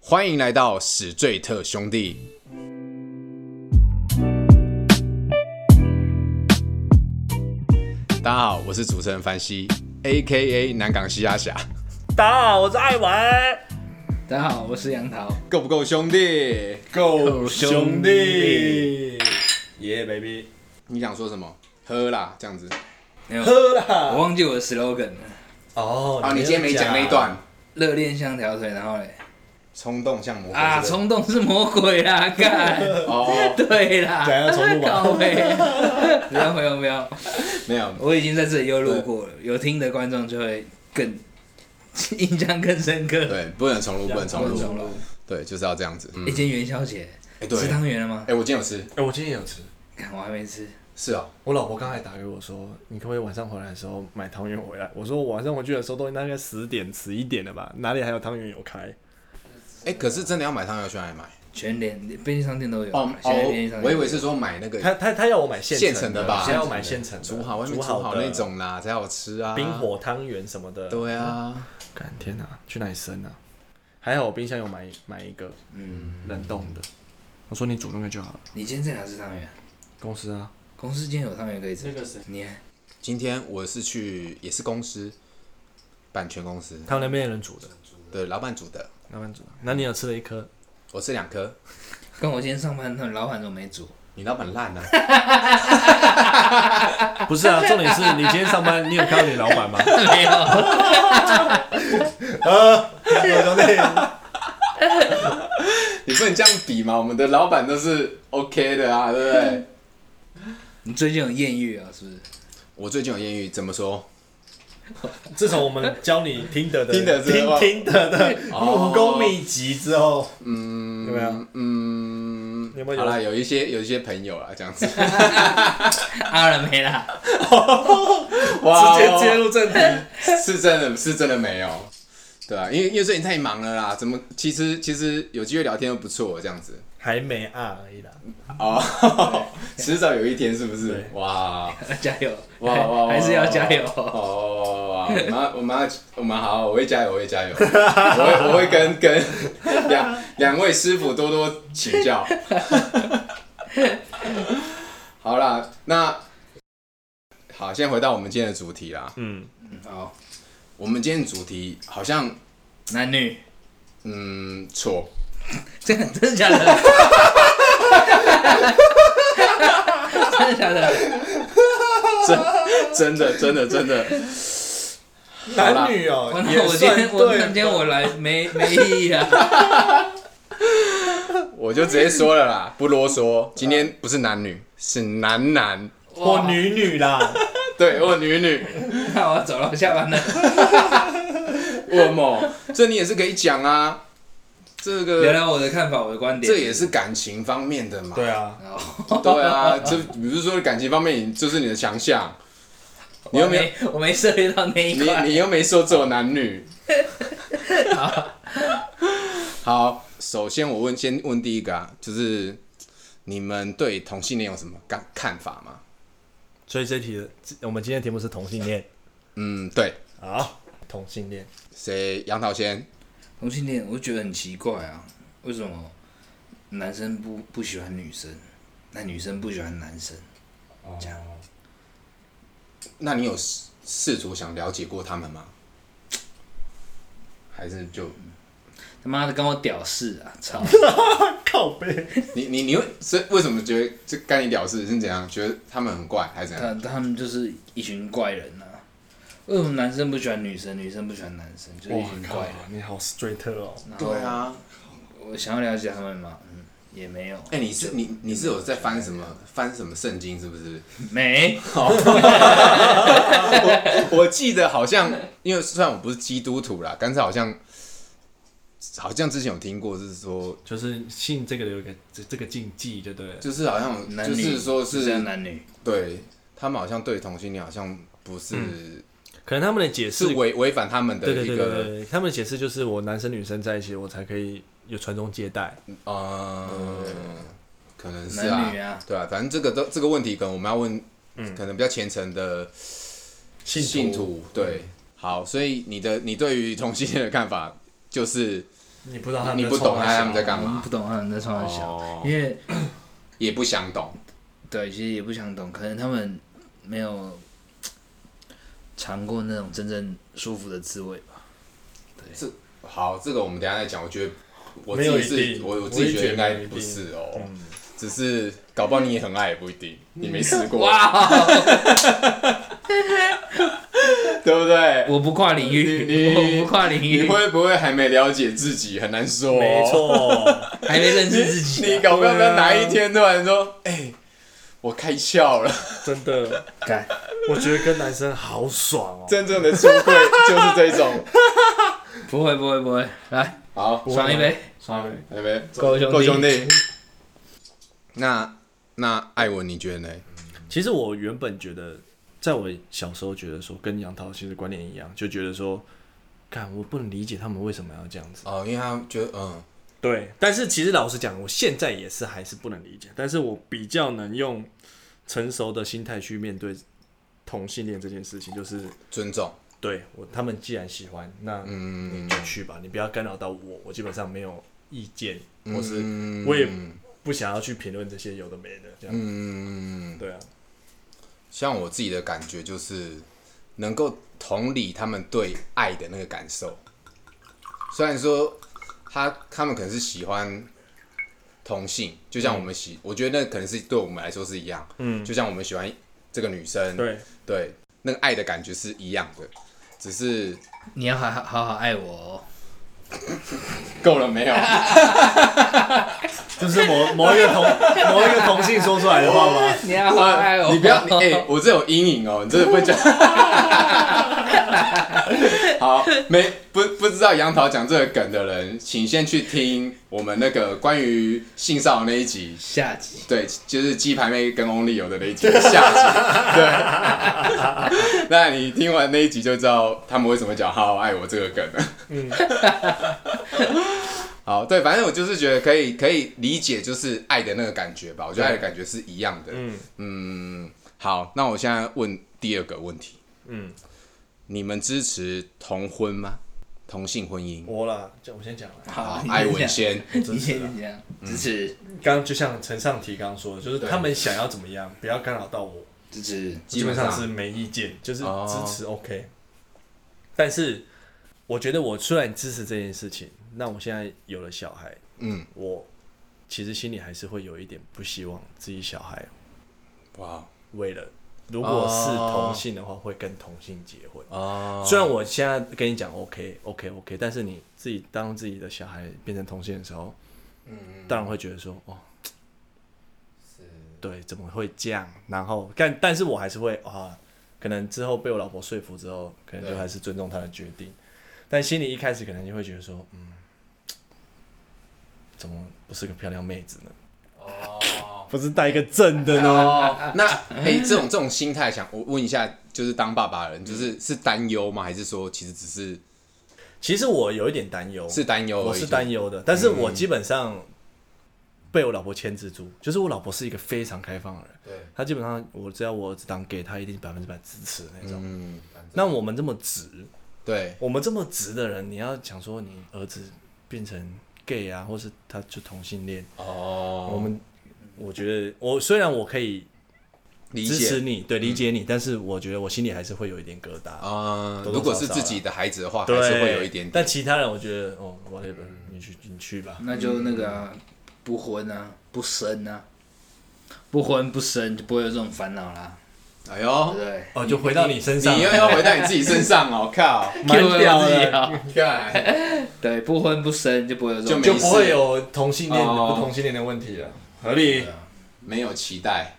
欢迎来到史最特兄弟。大家好，我是主持人凡西，A K A 南港西亚侠，大家好，我是艾文。大家好，我是杨桃。够不够兄弟？够兄弟，耶、baby，你想说什么？喝啦，这样子。没有，喝我啊啦！忘记我的 slogan 了。哦啊，你今天没讲那一段，热恋像条腿，然后嘞冲动像魔鬼啊，是不是冲动是魔 鬼啦，干。哦，对啦，等一下重录吧搞呗。 不要不要不要，没有，我已经在这里又录过了，有听的观众就会更印象更深刻。对，不能重录，不能重观录，众录，对，就是要这样子。嗯已，经元宵节，哎，对吃，汤圆了吗？哎，我今天有吃，哎、我今天有吃。看我还没吃，是哦，我老婆刚才打给我说，你可不可以晚上回来的时候买汤圆回来？我说我晚上回去的时候都大概十点、十一点了吧，哪里还有汤圆有开？哎，可是真的要买汤要去哪里买？全联便利商店都有。哦现在便利商哦，店我以为是说买那个他他他要我买现现成成的吧他要买现成的，煮好，外面煮好的那种啦，才好吃啊。冰，火汤圆什么的。对嗯啊，干天哪、去哪里生啊？还好我冰箱有买买一个，嗯，冷冻的。我说你煮那个就好了，你今天在哪吃汤圆？公司啊。公司今天有汤圆可以吃。你还今天我是去也是公司，版权公司，他们那边的人煮的，对，老板煮的，老板煮的。那你有吃了一颗？我吃两颗。跟我今天上班，他们老板都没煮。你老板烂啊！ 不是啊，重点是你今天上班，你有看到你老板吗？没有，你不能这样比嘛，我们的老板都是 OK 的啊，对不对？你最近有艳遇啊？是不是？我最近有艳遇，怎么说？自从我们教你听得的 Tinder 之后听得的武功秘籍之后，嗯，有没有？嗯有没，有好啦，有一些有一些朋友啦，这样 子，阿了啊没啦？哇哦直接切入正题。是真的，是真的没有。对啊，因为因为最近太忙了啦，怎么其实其实有机会聊天都不错，这样子。还没啊而已啦，哦，迟早有一天是不是对？哇加油！哇哇哇！还是要加油。哦哦，哇我们要我们要我们好，我会加油，我会加油，我会我会跟跟两两位师傅多多请教。好啦，那好，先回到我们今天的主题啦。嗯，好，我们今天的主题好像男女， 嗯错，这真的假的？真的假的？真的真的真的，啦男女哦我，也那我今算天我那对今天我来没没意义啊！我就直接说了啦，不啰嗦。今天不是男女，是男男。或女女啦，对，我女女，那我要走了，下班了。我某，这你也是可以讲啊。这聊个聊我的看法，我的观点。这也是感情方面的嘛。对啊，好。对啊，这比如说感情方面，这是你的强项。你又我没没我没涉猎到那一你块。你又没说只有男女。好，首先我问，先问第一个啊，就是你们对同性恋有什么感看法吗？所以这题的我们今天的题目是同性恋嗯，对，啊，同性恋，谁杨桃先？同性恋，我觉得很奇怪啊，为什么男生不不喜欢女生，那女生不喜欢男生？这样那你有试试图想了解过他们吗？还是就他妈的跟我屌事啊！ 操！靠背，你你你会是为什么觉得这干你屌事是怎样？觉得他们很怪还是怎样？他他们就是一群怪人呐、啊。为什么男生不喜欢女生，女生不喜欢男生，就是一群靠怪人？，你好 straight 哦，然后对，啊，我想要了解他们嘛，嗯，也没 有。哎、你是你你是有在翻什么翻什么圣经是不是？没， 我记得好像， 因为虽然我不是基督徒啦，但是好像好像之前有听过，是说就是性这个有一个这这个禁忌，就对了。就是好像男就女是说只有是男女，对他们好像对同性恋好像不是、可能他们的解释是违违反他们的嗯对对一对对个对，他们的解释就是我男生女生在一起，我才可以有传宗接代。呃，可能是男啊女，啊，对啊，反正这个都这个问题，可能我们要问，可能比较虔诚的信徒徒，对，好，所以你的你对于同性恋的看法就是你不知道他们你不懂他们在干我们嘛，不懂他们在创啥小，哦，因为也不想懂。对，其实也不想懂，可能他们没有尝过那种真正舒服的滋味吧。好，这个我们等一下再讲。我觉得我自没有己一是定，我我自己觉也觉得得应该没有一不定是哦、嗯只是搞不好你也很爱也不一定，你没试过，哇，对不对？我不跨领域，哎你我不跨领你域，会不会还没了解自己，很难说、哦。没， 错，还没认识自己 你啊。搞不好对啊哪一天突然说，哎、我开窍了，真的，干我觉得跟男生好爽哦。真正的出柜就是这种。不会不会不会，来 好，爽一杯，爽一来呗，够兄弟够兄弟。 那那艾文，你觉得呢？其实我原本觉得，在我小时候觉得说跟杨桃其实观念一样，就觉得说，看我不能理解他们为什么要这样子。哦，因为他觉得，嗯，对，但是其实老实讲，我现在也是还是不能理解，但是我比较能用成熟的心态去面对同性恋这件事情，就是尊重，对我他们既然喜欢，那你嗯就去吧，你不要干扰到我，我基本上没有意见，或是嗯我也不想要去评论这些有的没的这样。嗯。对啊，像我自己的感觉就是，能够同理他们对爱的那个感受。虽然说他他们可能是喜欢同性，就像我们喜，我觉得那可能是对我们来说是一样。嗯，就像我们喜欢这个女生，对，对，那个爱的感觉是一样的，只是你要好好好好爱我哦。够了没有？这是某某一个 同某一个同性说出来的话吗？呃你 要好好爱我， 你不要，你哎、我这有阴影哦，你真的不讲。 好，没不不知道杨桃讲这个梗的人，请先去听我们那个关于性骚扰那一集，下集对，就是鸡排妹跟 Only 有的那一集下集。对， 那你听完那一集就知道他们为什么讲“好好爱我”这个梗了。嗯嗯， 好，对，反正我就是觉得可以可以理解，就是爱的那个感觉吧。我觉得爱的感觉是一样的。嗯嗯，好，那我现在问第二个问题，嗯，你们支持同婚吗？同性婚姻？我啊啦，就我先讲啦。好，艾文 先，你先讲，支持刚刚就像陈尚提刚刚说的，就是对他们想要怎么样，不要干扰到我，支持，基基本本上上是没意见，就是哦支持 OK。但是我觉得我虽然支持这件事情，那我现在有了小孩，嗯，我其实心里还是会有一点不希望自己小孩哇为了如果是哦同性的话，会跟同性结婚。哦，虽然我现在跟你讲 OK OK OK，但是你自己当自己的小孩变成同性的时候，嗯，当然会觉得说哦，对，怎么会这样？然后但但是我还是会啊，可能之后被我老婆说服之后，可能就对还是尊重她的决定，但心里一开始可能就会觉得说，嗯，怎么不是个漂亮妹子呢？哦，不是带一个正的呢？哦，那哎、这种这种心态，想我问一下，就是当爸爸的人，嗯就是是担忧吗？还是说其实只是其实我有一点担忧，是担忧而已？我是担忧的，但是我嗯基本上被我老婆牵制住，就是我老婆是一个非常开放的人，对，她基本上我只要我儿子当 gay，她一定是百分之百支持的那种。嗯，那我们这么直，对，我们这么直的人，你要讲说你儿子变成 gay 啊，或是他就同性恋，哦，我们我觉得我虽然我可以理支解持嗯你，对理解你，但是我觉得我心里还是会有一点疙瘩。啊、多多如果少是少自啦己的孩子的话，还对，是会有一点点。但其他人我觉得哦，whatever，你去你去吧。那就那个啊不婚啊，不生啊，不婚不生就不会有这种烦恼啦，哎对呦不，对？哦，就回到你身上了，你又要回到你自己身上哦， 靠！蛮 Q 了屌自己的啊看，对，不婚不生就不会有这就种没就事不会有同性恋、哦不同性恋的问题了，合理。没有期待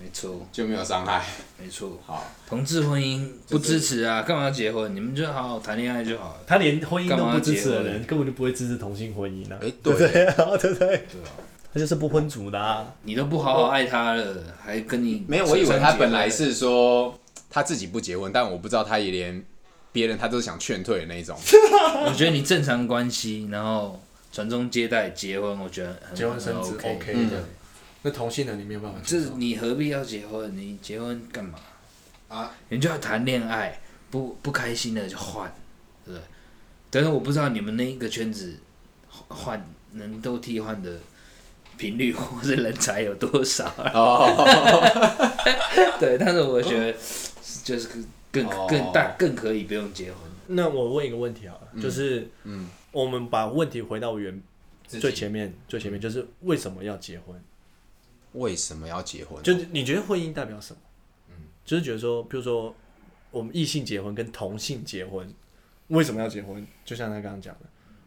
没错就没有伤害。没错，好，同志婚姻不支持啊，干嘛要结婚？你们就好好谈恋爱就好了。他连婚姻都不支持的干嘛要结人，根本就不会支持同性婚姻啊哎、，对，对啊，对不对？对啊他就是不婚族的啊。你都不好好爱他了，还跟你没有，我以为他本来扯上是说他自己不结婚，但我不知道他也连别人他都是想劝退的那一种。结婚，我觉得你正常关系，然后传宗接代结婚，我觉得很哦很 OK。嗯的，那同性人你没有办法这接受你何必要结婚？你结婚干嘛啊？你就要谈恋爱，不不开心的就换，对不对？但是我不知道你们那一个圈子换能够替换的频率或是人才有多少 啊？哦，对，但是我觉得就是更哦更大更可以不用结婚。那我问一个问题好了，就是嗯，我们把问题回到原自己最前面，最前面就是为什么要结婚？为什么要结婚？就是你觉得婚姻代表什么？就是觉得说，比如说我们异性结婚跟同性结婚，为什么要结婚？就像他刚刚讲的，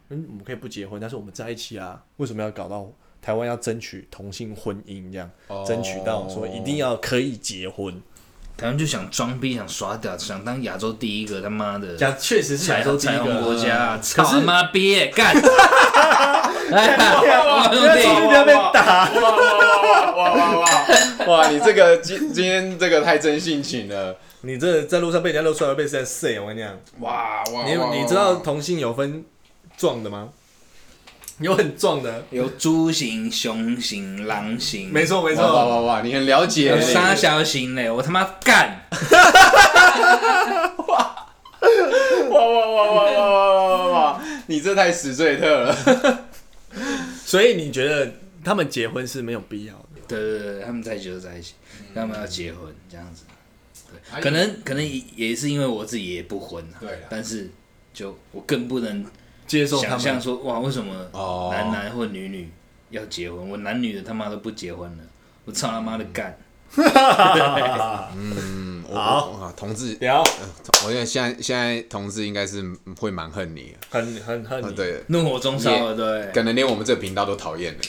嗯，我们可以不结婚，但是我们在一起啊，为什么要搞到台湾要争取同性婚姻这样，哦争取到说一定要可以结婚？他们就想装逼，想耍屌，想当亚洲第一个，他妈的讲确实是彩亚洲虹第一彩虹国个。家啊，是操他妈逼耶， 干！哎 呀，不要我从那边打，哇哇哇哇哇哇！哇，你这个今今天这个太真性情了，你这在路上被人家露出来会被人家射，我跟你讲。哇哇！你哇你知道同性有分壮的吗？有很壮的，有猪型、熊型、狼型，没错没哇哇错。哇哇！你很了解有，沙小型嘞，我他妈干！哇哇哇哇哇哇哇哇！你这太死罪特了。所以你觉得他们结婚是没有必要的？对对对，他们在一起就在一起，嗯他们要结婚这样子。哎对，可能可能也也是因为我自己也不婚啊，对啦但是就我更不能接受他想象们说哇，为什么哦男男或女女要结婚？我男女的他妈都不结婚了，我操他妈的干！嗯，我好我我同志，聊，我觉得现在现在同志应该是会蛮恨你的，很很啊很，对，怒火中烧了，对，可能连我们这个频道都讨厌了。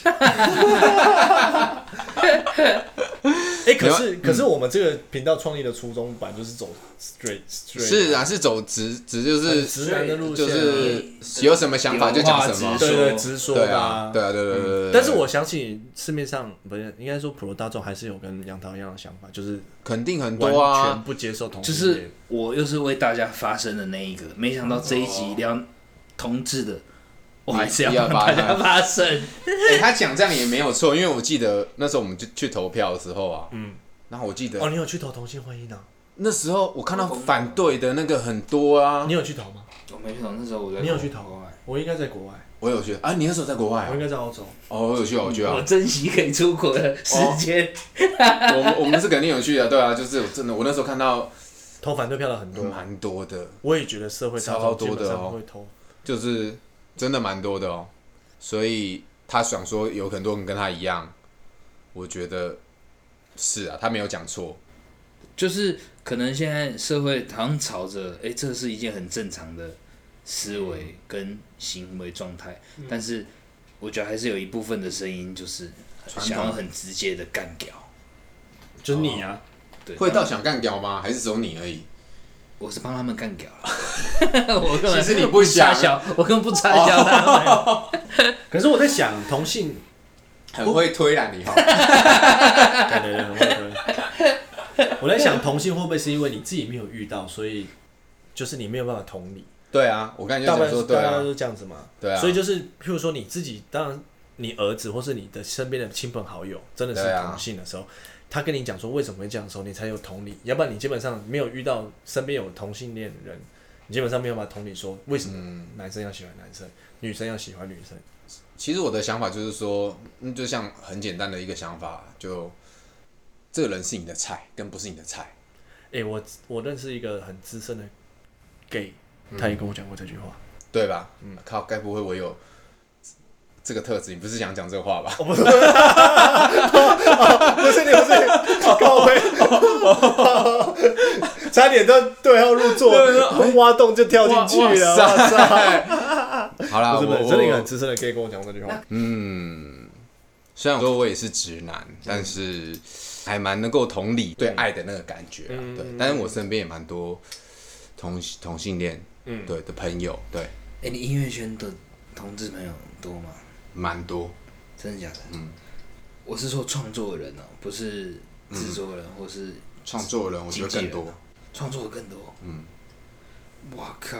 哎，可嗯是可是我们这个频道创立的初衷版就是走 straight straight，是啊，是走直直就很是直男的路线就啊，是有什么想法就讲什么有话，直对对说直说对的嗯啊，对啊，对对对对。对但是我相信市面上不是应该说普罗大众还是有跟杨桃一样的想法，就是肯定很完多全啊，不接受同就性是恋我又是为大家发声的那一个，没想到这一集聊同志的，我还是你要要发帮大家发声。哎，他讲这样也没有错，因为我记得那时候我们就去投票的时候啊，嗯，然后我记哦，得你有去投同性婚姻啊的？那时候我看到反对的那个很多啊你，有去投吗？我没去投，那时候我在你有去投啊国外我应该在国外，我有去啊，你那时候在国外我啊应该在澳洲。哦，我有去啊，我有去啊嗯我，珍惜可以出国的时哦间。我们我们是肯定有去的，对啊，就是我真的，我那时候看到投反对票的很多，蛮多的，我也觉得社会大嗯超众多基的哦本上会投。就是真的蛮多的哦。所以他想说有很多人跟他一样，我觉得是啊，他没有讲错。就是可能现在社会好像朝着哎、诶这是一件很正常的思维跟行为状态，嗯但是我觉得还是有一部分的声音就是传统想要很直接的干掉。就是你啊，对，会到想干掉吗？还是只有你而已？我是帮他们干掉了， 我根本其实你不想插销，我根本不插 销他们。哦可是我在想同性，很会推啦你哈。 对对对，很会推我在想同性会不会是因为你自己没有遇到，所以就是你没有办法同理，对啊，我刚才就大想半说，对大家啊都，是这样子嘛。对啊所以就是譬如说你自己，当然你儿子或是你的身边的亲朋好友，真的是对啊同性的时候。他跟你讲说为什么会这样的时候，你才有同理，要不然你基本上没有遇到身边有同性恋的人，你基本上没有办法同理说为什嗯么男生要喜欢男生，女生要喜欢女生。其实我的想法就是说，嗯，就像很简单的一个想法，就这个人是你的菜，跟不是你的菜。哎、我我认识一个很资深的 gay，、他也跟我讲过这句话。对吧？嗯，靠，该不会我有这个特质？你不是想讲这话吧？不是你，不是高飞，差点都对号入座，挖洞就跳进去了。哇哇塞！ 好啦，不是不我是，我真的一个很资深的 gay 跟我讲过这句话。嗯，虽然说我也是直男，嗯但是还蛮能够同理对爱的那个感觉啊。嗯对，但是我身边也蛮多同同性恋，嗯，对的朋友，对，哎、你音乐圈的同志朋友多吗？蛮多。真的假的？嗯，我是说创作人哦、不是制作人、或是创作嗯人我觉得更经纪人多啊，创作的更多。嗯，我靠，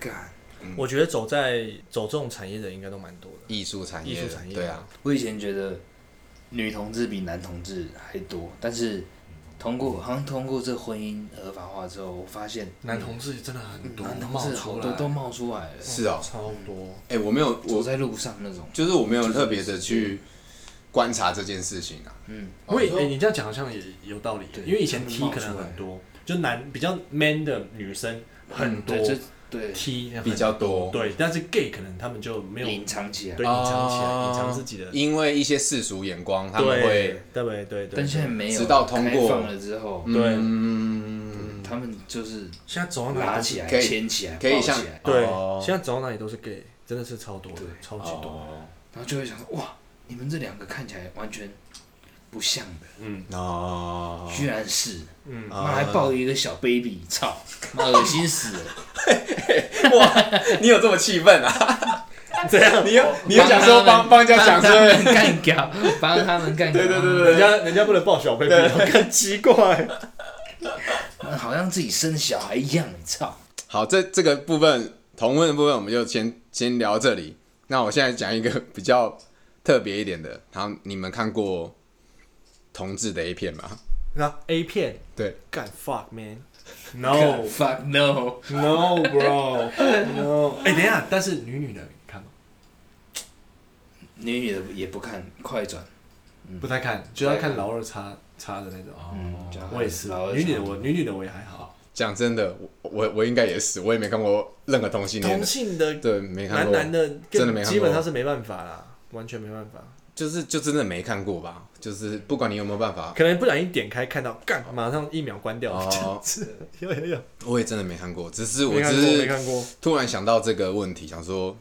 干！我觉得走在走这种产业的应该都蛮多的，艺术产艺业术的，产业对啊，我以前觉得女同志比男同志还多，但是通过好像通过这婚姻合法化之后，我发现男同志真的很多，男同冒志出好来多都冒出来了，是哦超多。哎、我没有，走我在路上那种。就是我没有特别的去观察这件事情啊。嗯，哦我也、你说欸你这样讲好像也有道理，对因为以前他们 T 冒可能出来很多，就男比较 man 的女生很多、对，这对 T 很比较多对，但是 gay 可能他们就没有隐藏起来，对隐藏起来，哦隐藏自己的，因为一些世俗眼光，他们会对对对对，但现在没有，直到通过开放了之后，对嗯，他们就是现在走到哪拉里起来、可以牵起来、可以抱起像来，对哦，现在走到哪里都是 gay，真的是超多的对，超级多。哦 然后就会想说，哇，你们这两个看起来完全不像的，嗯，哦， 居然是，嗯妈还抱一个小 baby，操，妈恶心死了！你有这么气愤啊？这样你又 你又想说帮帮人家讲帮这他个们干掉，帮他们干掉，对对对人家人家不能抱小 baby，很奇怪。对，好像自己生小孩一样，操！ 好，这这个部分同问的部分，我们就先先聊到这里。那我现在讲一个比较特别一点的，然后你们看过同志的 A 片吗？那 A 片对，干 fuck 哦 man，no fuck no！ no bro no。哎，等一下，但是女女的你看吗？女女的也不看，快转，不太看，就要看老二叉叉的那种。嗯，叫我也是老，二女女的常我女女的我也还好。讲真的，我我我应该也是，我也没看过任何同性恋同的，性的对，没看男过，男的真的更没看过基本上是没办法啦，完全没办法。就是就真的没看过吧？就是不管你有没有办法，可能不小心点开看到，干，马上一秒关掉，哦这样子。有有有，我也真的没看过，只是我没看只过，没是看过。突然想到这个问题，想说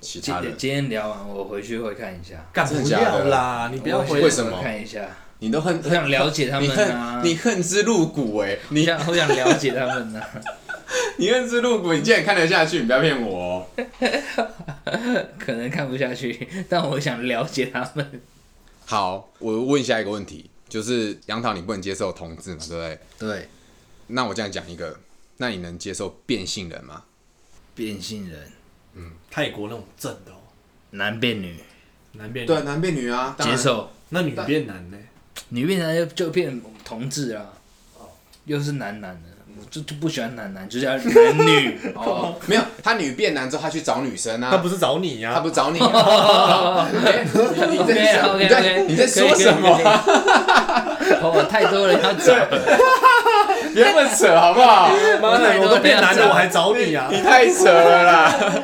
其今他人，今天聊完，我回去会看一下。干真的不假的要啦，你不要我回会为什么看一下，你都恨我想了解他你们啊恨，你恨之入骨哎、我你想我想了解他们啊。 你恨之入骨，你竟然看得下去，你不要骗我、哦。可能看不下去，但我想了解他们。好，我问下一个问题，就是杨桃，你不能接受同志嘛，对不对？对，那我这样讲一个，那你能接受变性人吗？变性人，泰国那种正的哦，男变女，男变女对，，男变女啊，当接然。受；那女变男呢？女变男就就变同志啊，哦又是男男的，我就就不喜欢男男，就是要男女。 哦，没有，他女变男之后，他去找女生啊，他不是找你他呀？不是找你、啊。 哎你你在 OK，OK，OK，你在你在可以说什么啊？哦，太多人要找了，别那么扯好不好？妈的，太多我都变男人的，要我还找你啊呀？你太扯了啦，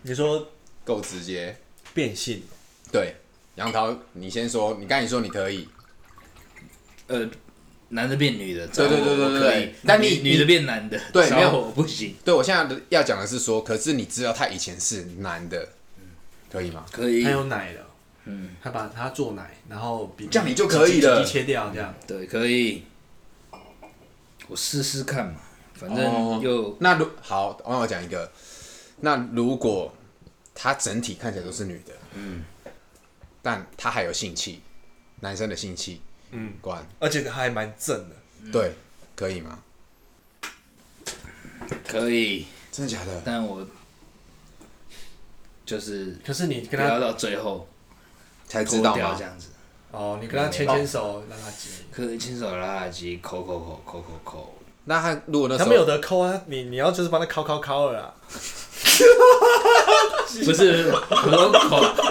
你说够直接。变性，对，杨桃，你先说，你刚才说你可以，呃，男的变女的，对对对对找我对可对以但女你女的变男的，对找没有我不行，对我现在的要讲的是说，可是你知道他以前是男的，可以吗？可以他，有奶了，嗯，他把他做奶，然后比这样你就可以了鸡鸡切掉这样。对，可以，我试试看嘛，反哦正又那如好，我我讲一个，那如果她整体看起来都是女的，嗯，但她还有性器，男生的性器，嗯，关而且他还蛮正的，对，可以吗？可以。真的假的？但我就是可是你跟他啊聊到最后才脱知道掉吗这？样子，哦，你跟他牵牵手，让他接。可以亲手拉拉鸡，口口口口口口，那他如果那时他候们有的抠啊，你你要就是帮他抠抠抠了啦。不是口口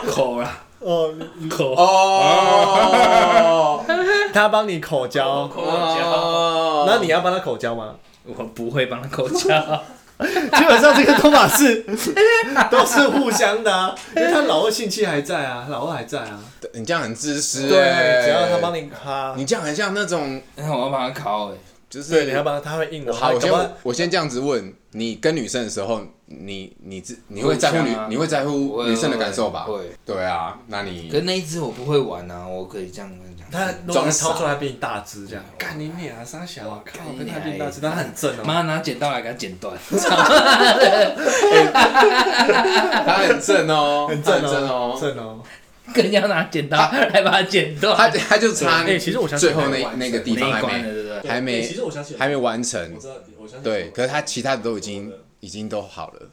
口啦，哦，口哦，他帮你口交，口交，哦那你要帮他口交吗？我不会帮他口 交， 基本上这个托马 是都是互相的、啊，因为他老二性气还在啊，老二还在啊。你这样很自私、欸，对，只要他帮你哈，你这样很像那种，然后我要帮他烤哎，就是对，你要帮他，他会硬的。好，他我搞先不好我先这样子问你，跟女生的时候，你你自你会在乎我会这样啊女你会在乎我女生的感受吧？会，对啊，那你可是那一只我不会玩啊，我可以这样跟你讲，他如果装他傻掏出来比你大只这样，干你脸啊，傻小啊，靠，跟他比你大只，但他很正哦。妈拿剪刀来给他剪断， 他很正哦，很正正哦，哦，正哦，更要拿剪刀来把它剪断，他他就差对哎其实我相信最后还没那完那个地那方一还关了，没对不对？还没对哎其实我相信哎还没完成我，知道，我相信对，可是他其他的都已我经的已经都好了，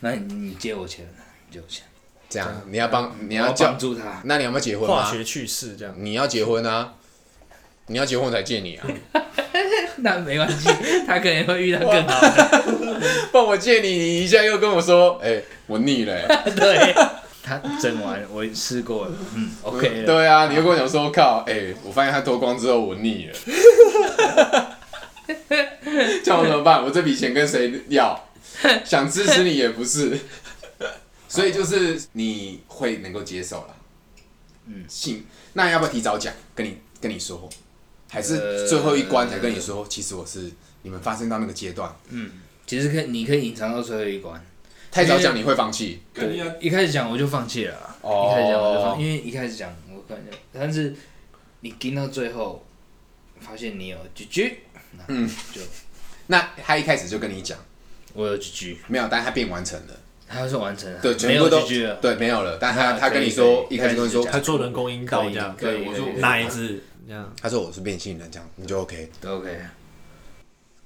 那你你借我钱，借我钱，这样你要帮嗯你我要要叫帮，助 他，那你有没有结婚化吗？学去世这样。你要结婚啊，你要结婚我才见你 啊，那没关系，他可能会遇到更好的。不然我见你，你一下又跟我说，哎、我腻了、欸对， 他整完我试过了，嗯，OK 了。对啊，你又跟我讲说，靠，哎、我发现他脱光之后我腻了， 叫我怎么办？我这笔钱跟谁要？想支持你也不是，所以就是你会能够接受了，嗯，信。那要不要提早讲？跟你跟你说，还是最后一关才跟你说？其实我是你们发生到那个阶段，其实可以你可以隐藏到最后一关。太早讲你会放弃。肯定要啊一开始讲我就放弃了啊、哦一开始讲我就放，因为一开始讲我感觉，但是你盯到最后，发现你有 GG，嗯，就那他一开始就跟你讲我有 GG，没有，但他变完成了，他是完成了，对，没全部有都 GG 了，对没有了。但他那他跟可以你说可以一开始跟你说一开始就，他做人工阴道这样，可以，对我说可以奶子这样，他说我是变性人，这样你就 OK。都 OK，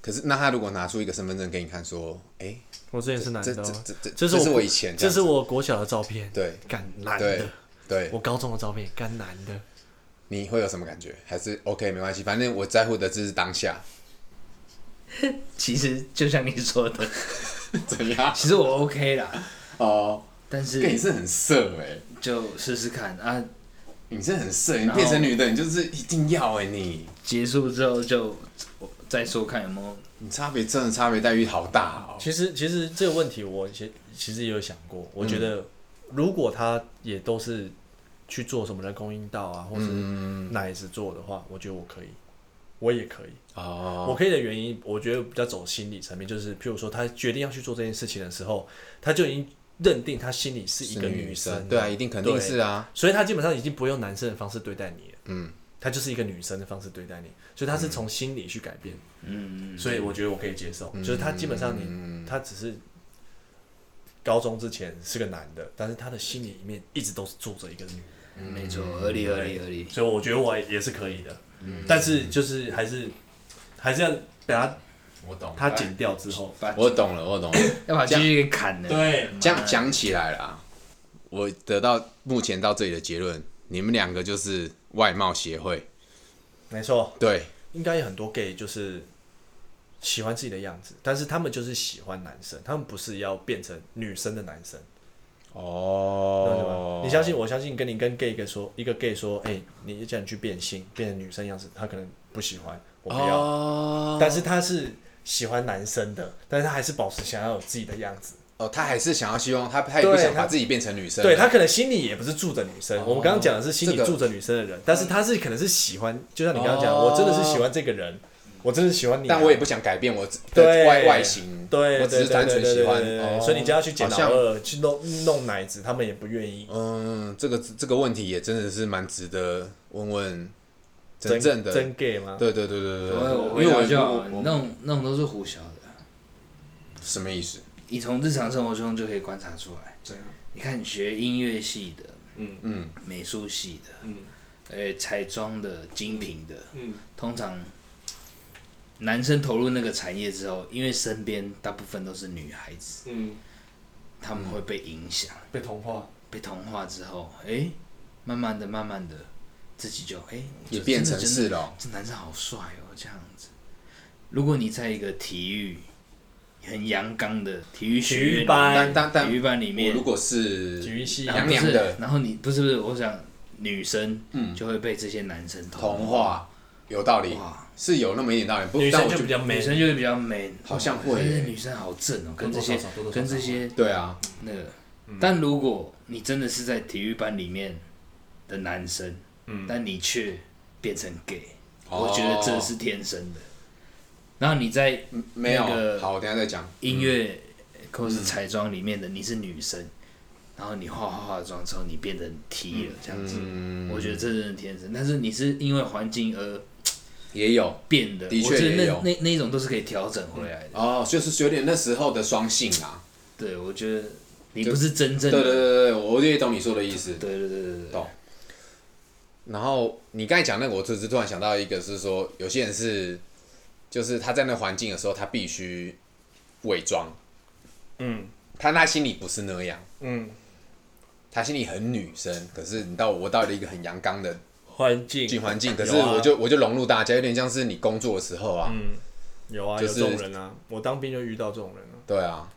可是那他如果拿出一个身份证给你看，说，哎，我之前是奶这子这哦，这这这是我我以前这这样子，是我国小的照片，对干男对的，对我，高中的照片，干男的，你会有什么感觉？还是 OK 没关系，反正我在乎的只是当下，其实就像你说的，怎样？其实我 OK 啦，哦，但哥你是是很色哎，就试试看啊，你是很色，你然后变成女的，你就是一定要哎你。结束之后就我再说看有没有，你差别真的差别待遇好大哦，其实其实这个问题我其实其实也有想过，我觉嗯得如果他也都是去做什么人工阴道啊，或是嗯奶子做的话，我觉得我可以，我也可以。哦，我可以的原因，我觉得比较走心理层面，就是譬如说他决定要去做这件事情的时候，他就已经认定他心里是一个女生了，对啊，一定肯定是啊，所以他基本上已经不会用男生的方式对待你了，嗯，他就是一个女生的方式对待你，所以他是从心理去改变，嗯，所以我觉得我可以接受，就是他基本上你、他只是高中之前是个男的，但是他的心里里面一直都是住着一个女，没错，嗯合理合理合理，所以我觉得我也是可以的，但是就是还是还是要等他我懂他剪掉之后，把我懂了，我懂了。要把 GG 给砍了，对，这样讲起来啦，我得到目前到这里的结论，你们两个就是外貌协会。没错，对，应该有很多 gay 就是喜欢自己的样子，但是他们就是喜欢男生，他们不是要变成女生的男生。哦懂我意思吗你相信我，相信跟你跟 gay 一个说，一个 gay 说，哎、你叫你去变性，变成女生样子，他可能不喜欢，我不要。哦，但是他是喜欢男生的，但是他还是保持想要有自己的样子。哦，他还是想要希望他，他也不对想把他自己变成女生。啊对他可能心里也不是住着女生，我们刚刚讲的是心里这个住着女生的人，但是他是可能是喜欢，就像你刚刚讲，哦我真的是喜欢这个人，我真的喜欢你啊、但我也不想改变我的对外外形，对，我只是单纯对喜对对欢对对对。哦所以你叫他去剪好老像二，去弄弄奶子，他们也不愿意。嗯，这个这个问题也真的是蛮值得问问真真正的。真 gay 吗？对对对对对对，我因为我就我那我种那种都是胡晓的，什么意思？你从日常生活中就可以观察出啊来。你看，你学音乐系的，嗯嗯，美术系的，嗯哎，彩妆的、精品的，嗯，通常男生投入那个产业之后，因为身边大部分都是女孩子，嗯，他们会被影响，被同化。被同化之后，哎，慢慢的、慢慢的，自己就哎也变成。真的真的是了哦。这男生好帅哦，这样子。如果你在一个体育很阳刚的体育学院体育班但但但体育班里面我如果是体育系然后娘娘啊不是的嗯然后你不是不是，我想女生就会被这些男生童化，话，有道理哇，是有那么一点道理。不，女但生我就比较女 man，生就会比较 man，好像会欸但是耶女生好正哦，跟这多多些少少多多少跟这少些对啊，那个。但如果你真的是在体育班里面的男生，但你却变成 gay，我觉得这是天生的。然后你在嗯没有那个好，我等一下再讲。音乐或是彩妆里面的，你是女生，然后你化化化妆之后，你变成 T 了这样子。我觉得这是天生，但是你是因为环境而也有变的，的确我觉也得有那那那一种都是可以调整回来的。哦，就是有点那时候的双性啊。对，我觉得你不是真正对对对的，对，对我也懂你说的意思。对对对对对懂然后你刚才讲那个，我只是突然想到一个，是说有些人是，就是他在那环境的时候，他必须伪装，嗯他他心里不是那样。嗯，她心里很女生，可是你到我到了一个很阳刚的环境进环境，可是有啊我就、我就融入大家，有点像是你工作的时候啊，有啊，就有是这种人啊，我当兵就遇到这种人啊。对啊，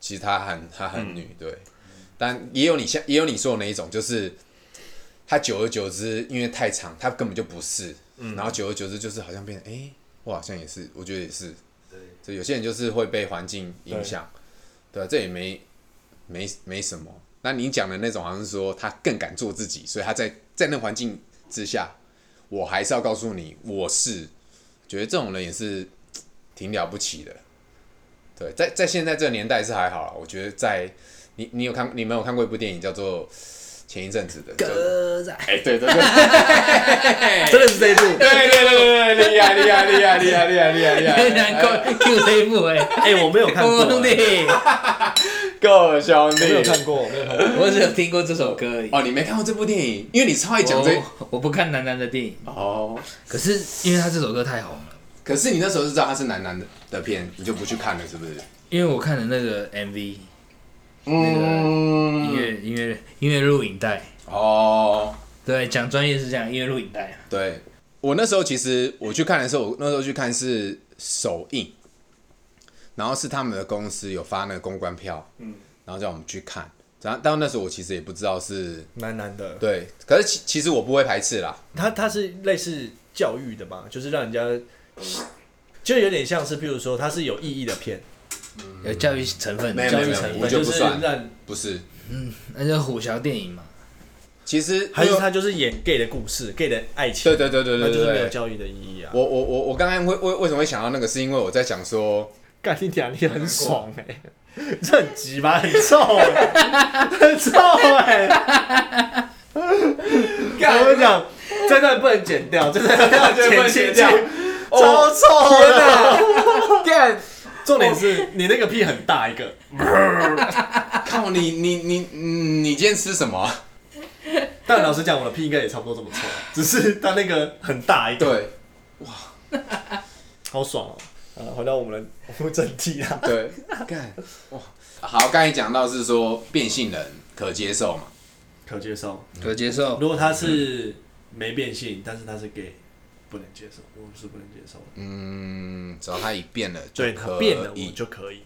其实她很她很女，嗯对，但也有你像也有你说的那一种，就是她久而久之，因为太长，她根本就不是，嗯然后久而久之就是好像变成，哎、我好像也是，我觉得也是，对，就有些人就是会被环境影响，对啊，这也没没没什么。那你讲的那种好像是说他更敢做自己，所以他在在那环境之下，我还是要告诉你我是，觉得这种人也是挺了不起的。对，在在现在这个年代是还好啦，我觉得在你你有看你们有看过一部电影叫做前一阵子的，叫哥仔，哎、对对对，真的是哎这对一部。对对对对，厉害厉害厉害厉害厉害厉害厉害，很难够 Q 这一部哎，哎、我 没有看过、兄弟，够了兄弟，我没有看过，我没有看过。我只有听过这首歌而已。哦，你没看过这部电影，因为你超爱讲这我我不看男男的电影，哦。可是因为他这首歌太红了，可是你那时候是知道他是男男的的片，你就不去看了，是不是？因为我看的那个 MV 嗯音嗯，乐音乐音乐录影带，哦，对，讲专业是这样，音乐录影带。对，我那时候其实我去看的时候，我那时候去看是首映，然后是他们的公司有发那个公关票，嗯，然后叫我们去看。然后到那时候我其实也不知道是男男的，对，可是其其实我不会排斥啦，他他是类似教育的嘛，就是让人家，就有点像是，譬如说，它是有意义的片，有教育成分，没有教教育没育有成成我分觉得就不是算让，不是。那就是虎啸电影嘛。其实还是因为他就是演 gay 的故事，gay 的爱情，对对对对那对就是对没有对，教育的意义啊。我我我我刚刚会为为什么会想到那个，是因为我在想说。干你娘，你很爽哎、这很急吧，很臭哎、很臭哎、我跟你讲，这段不能剪掉，这段要剪剪剪掉掉，超哦臭 的。干，重点是你那个屁很大一个，靠你你你嗯你今天吃什么？但老实讲，我的屁应该也差不多这么臭，啊只是它那个很大一个，对好爽哦、啊，回到我们的 我们正题啊啦， 对，干哇！好，刚才讲到是说变性人可接受嘛？可接受。可接受，如果他是没变性，但是他是 gay，不能接受，我是不能接受的。嗯，只要他一变了就对，可以，变了我就可以。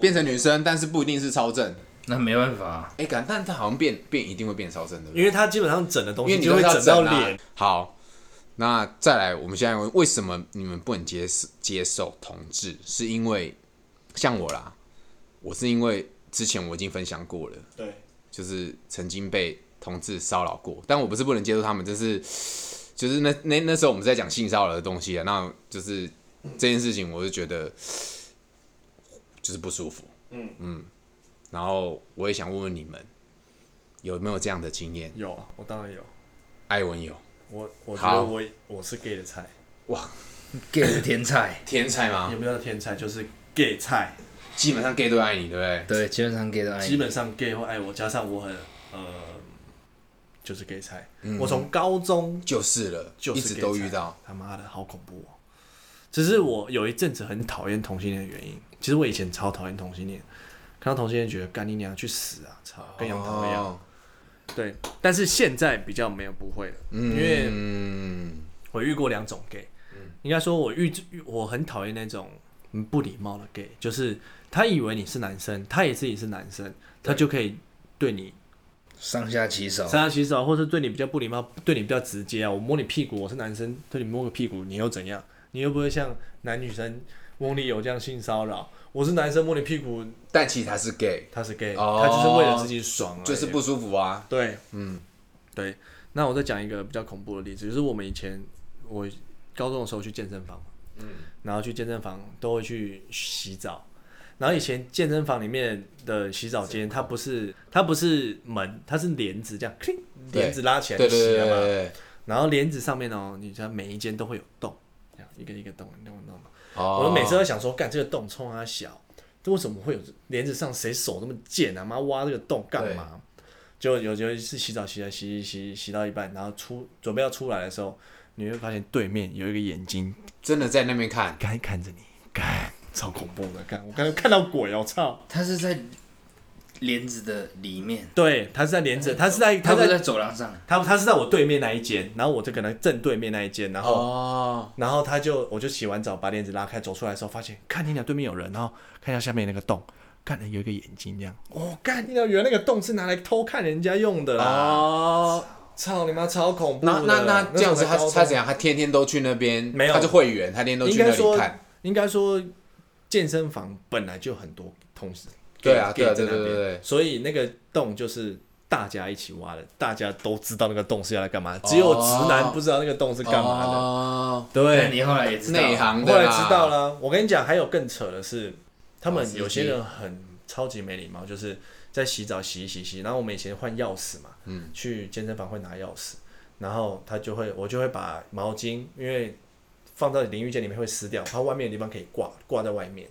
变成女生，但是不一定是超正。那没办法、啊。哎、干，但他好像变变一定会变超正的，因为他基本上整的东因为西你就会都是要整到整啊脸，。好，那再来，我们现在问为什么你们不能接受接受同志？是因为像我啦，我是因为之前我已经分享过了。对，就是曾经被同志骚扰过，但我不是不能接受他们，这是就是那那那时候我们在讲性骚扰的东西啊，那就是这件事情，我就觉得就是不舒服，嗯嗯，然后我也想问问你们有没有这样的经验？有，我当然有。艾文有我我觉好得我我是 gay 的菜， gay 的天菜，天才吗也？不叫天才，就是 gay 菜。基本上 gay 都爱你，对不对？对，基本上 gay 都哎爱基你。本上 gay 会爱我，加上我很呃，就是 gay 菜。我从高中就是了，就嗯一是直 gay 都遇菜到，，他妈的好恐怖哦！只是我有一阵子很讨厌同性恋的原因，其实我以前超讨厌同性恋，看到同性恋觉得干你娘去死啊，操，跟杨桃一样。哦，对，但是现在比较没有不会了，因为嗯，我遇过两种 gay，、应该说我遇我很讨厌那种嗯不礼貌的 gay，就是他以为你是男生，他也自己是男生，他就可以对你上下其手，三下洗手，哦或是对你比较不礼貌，对你比较直接啊，我摸你屁股，我是男生，对你摸个屁股，你又怎样？你又不会像男女生翁立友这样性骚扰，我是男生摸你屁股，但其实他是 gay，他是 gay，、哦他就是为了自己爽而已，就是不舒服啊，对，嗯，对。那我再讲一个比较恐怖的例子，就是我们以前我高中的时候去健身房，嗯，然后去健身房都会去洗澡，然后以前健身房里面的洗澡间，它不是它不是门，它是帘子这样，click，对帘子拉起对对来就对洗对了对嘛。对，然后帘子上面哦，你知道每一间都会有洞，这样一个一个洞，你懂我懂吗？哦我每次都想说，干这个洞冲啊小，这为什么会有帘子上谁手那么贱啊？妈挖这个洞干嘛？就有有一次洗澡洗了洗一洗洗到一半，然后出准备要出来的时候，你会发现对面有一个眼睛真的在那边看。干看着你，干超恐怖的，干我刚才看到鬼哦，我操！他是在帘子的里面，对，他是在帘子，他是在他他不是在在走廊上，他他是在我对面那一间，然后我就跟他正对面那一间，然后哦，然后他就我就洗完澡，把帘子拉开，走出来的时候，发现看你俩对面有人，然后看一下下面那个洞，看有一个眼睛这样。哦，干你俩原来那个洞是拿来偷看人家用的啦！哦，操你妈，超恐怖那的那那这样子，他时候才高中他怎样？他天天都去那边，没有他就会员，他天天都应去该那里说看。哦应该说健身房本来就很多同事，对啊 gay- 对啊 gay 对对在那边对对所以那个洞就是。大家一起挖的，大家都知道那个洞是要来干嘛，只有直男不知道那个洞是干嘛的。哦，对，但你后来也知道内行后的来啦，知道了，我跟你讲，还有更扯的哦是，他老司们机有些人很超级没礼貌，就是在洗澡洗一洗洗，然后我们以前换钥匙嘛，嗯，去健身房会拿钥匙，然后他就会我就会把毛巾，因为放到淋浴间里面会湿掉，它外面的地方可以挂挂在外面，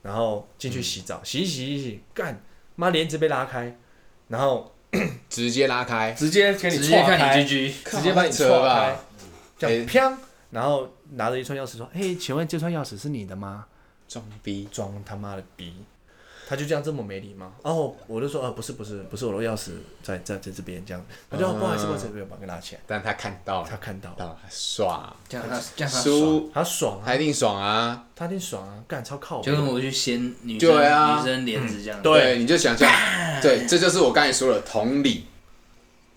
然后进去洗澡、洗一洗洗一洗，干妈帘子被拉开，然后直接拉开，直接给你直接岔开看你 GG，直接把你扯戳吧开，。这样砰，然后拿着一串钥匙说：“嘿，请问这串钥匙是你的吗装逼？”，装他妈的逼！他就这样这么没礼貌，然后我就说：“呃，不是不是不是，我的钥匙在在在这边。”这样，嗯他就、哦不好意思不好意思，不要把它拿起来。但他看到他了，看到，到了爽，这样他这样他爽，输他爽啊他，一定爽啊！他一定爽啊，干超靠就跟我。我去掀女生对啊女生帘子这样，对你就 想象，对，这就是我刚才说的同理，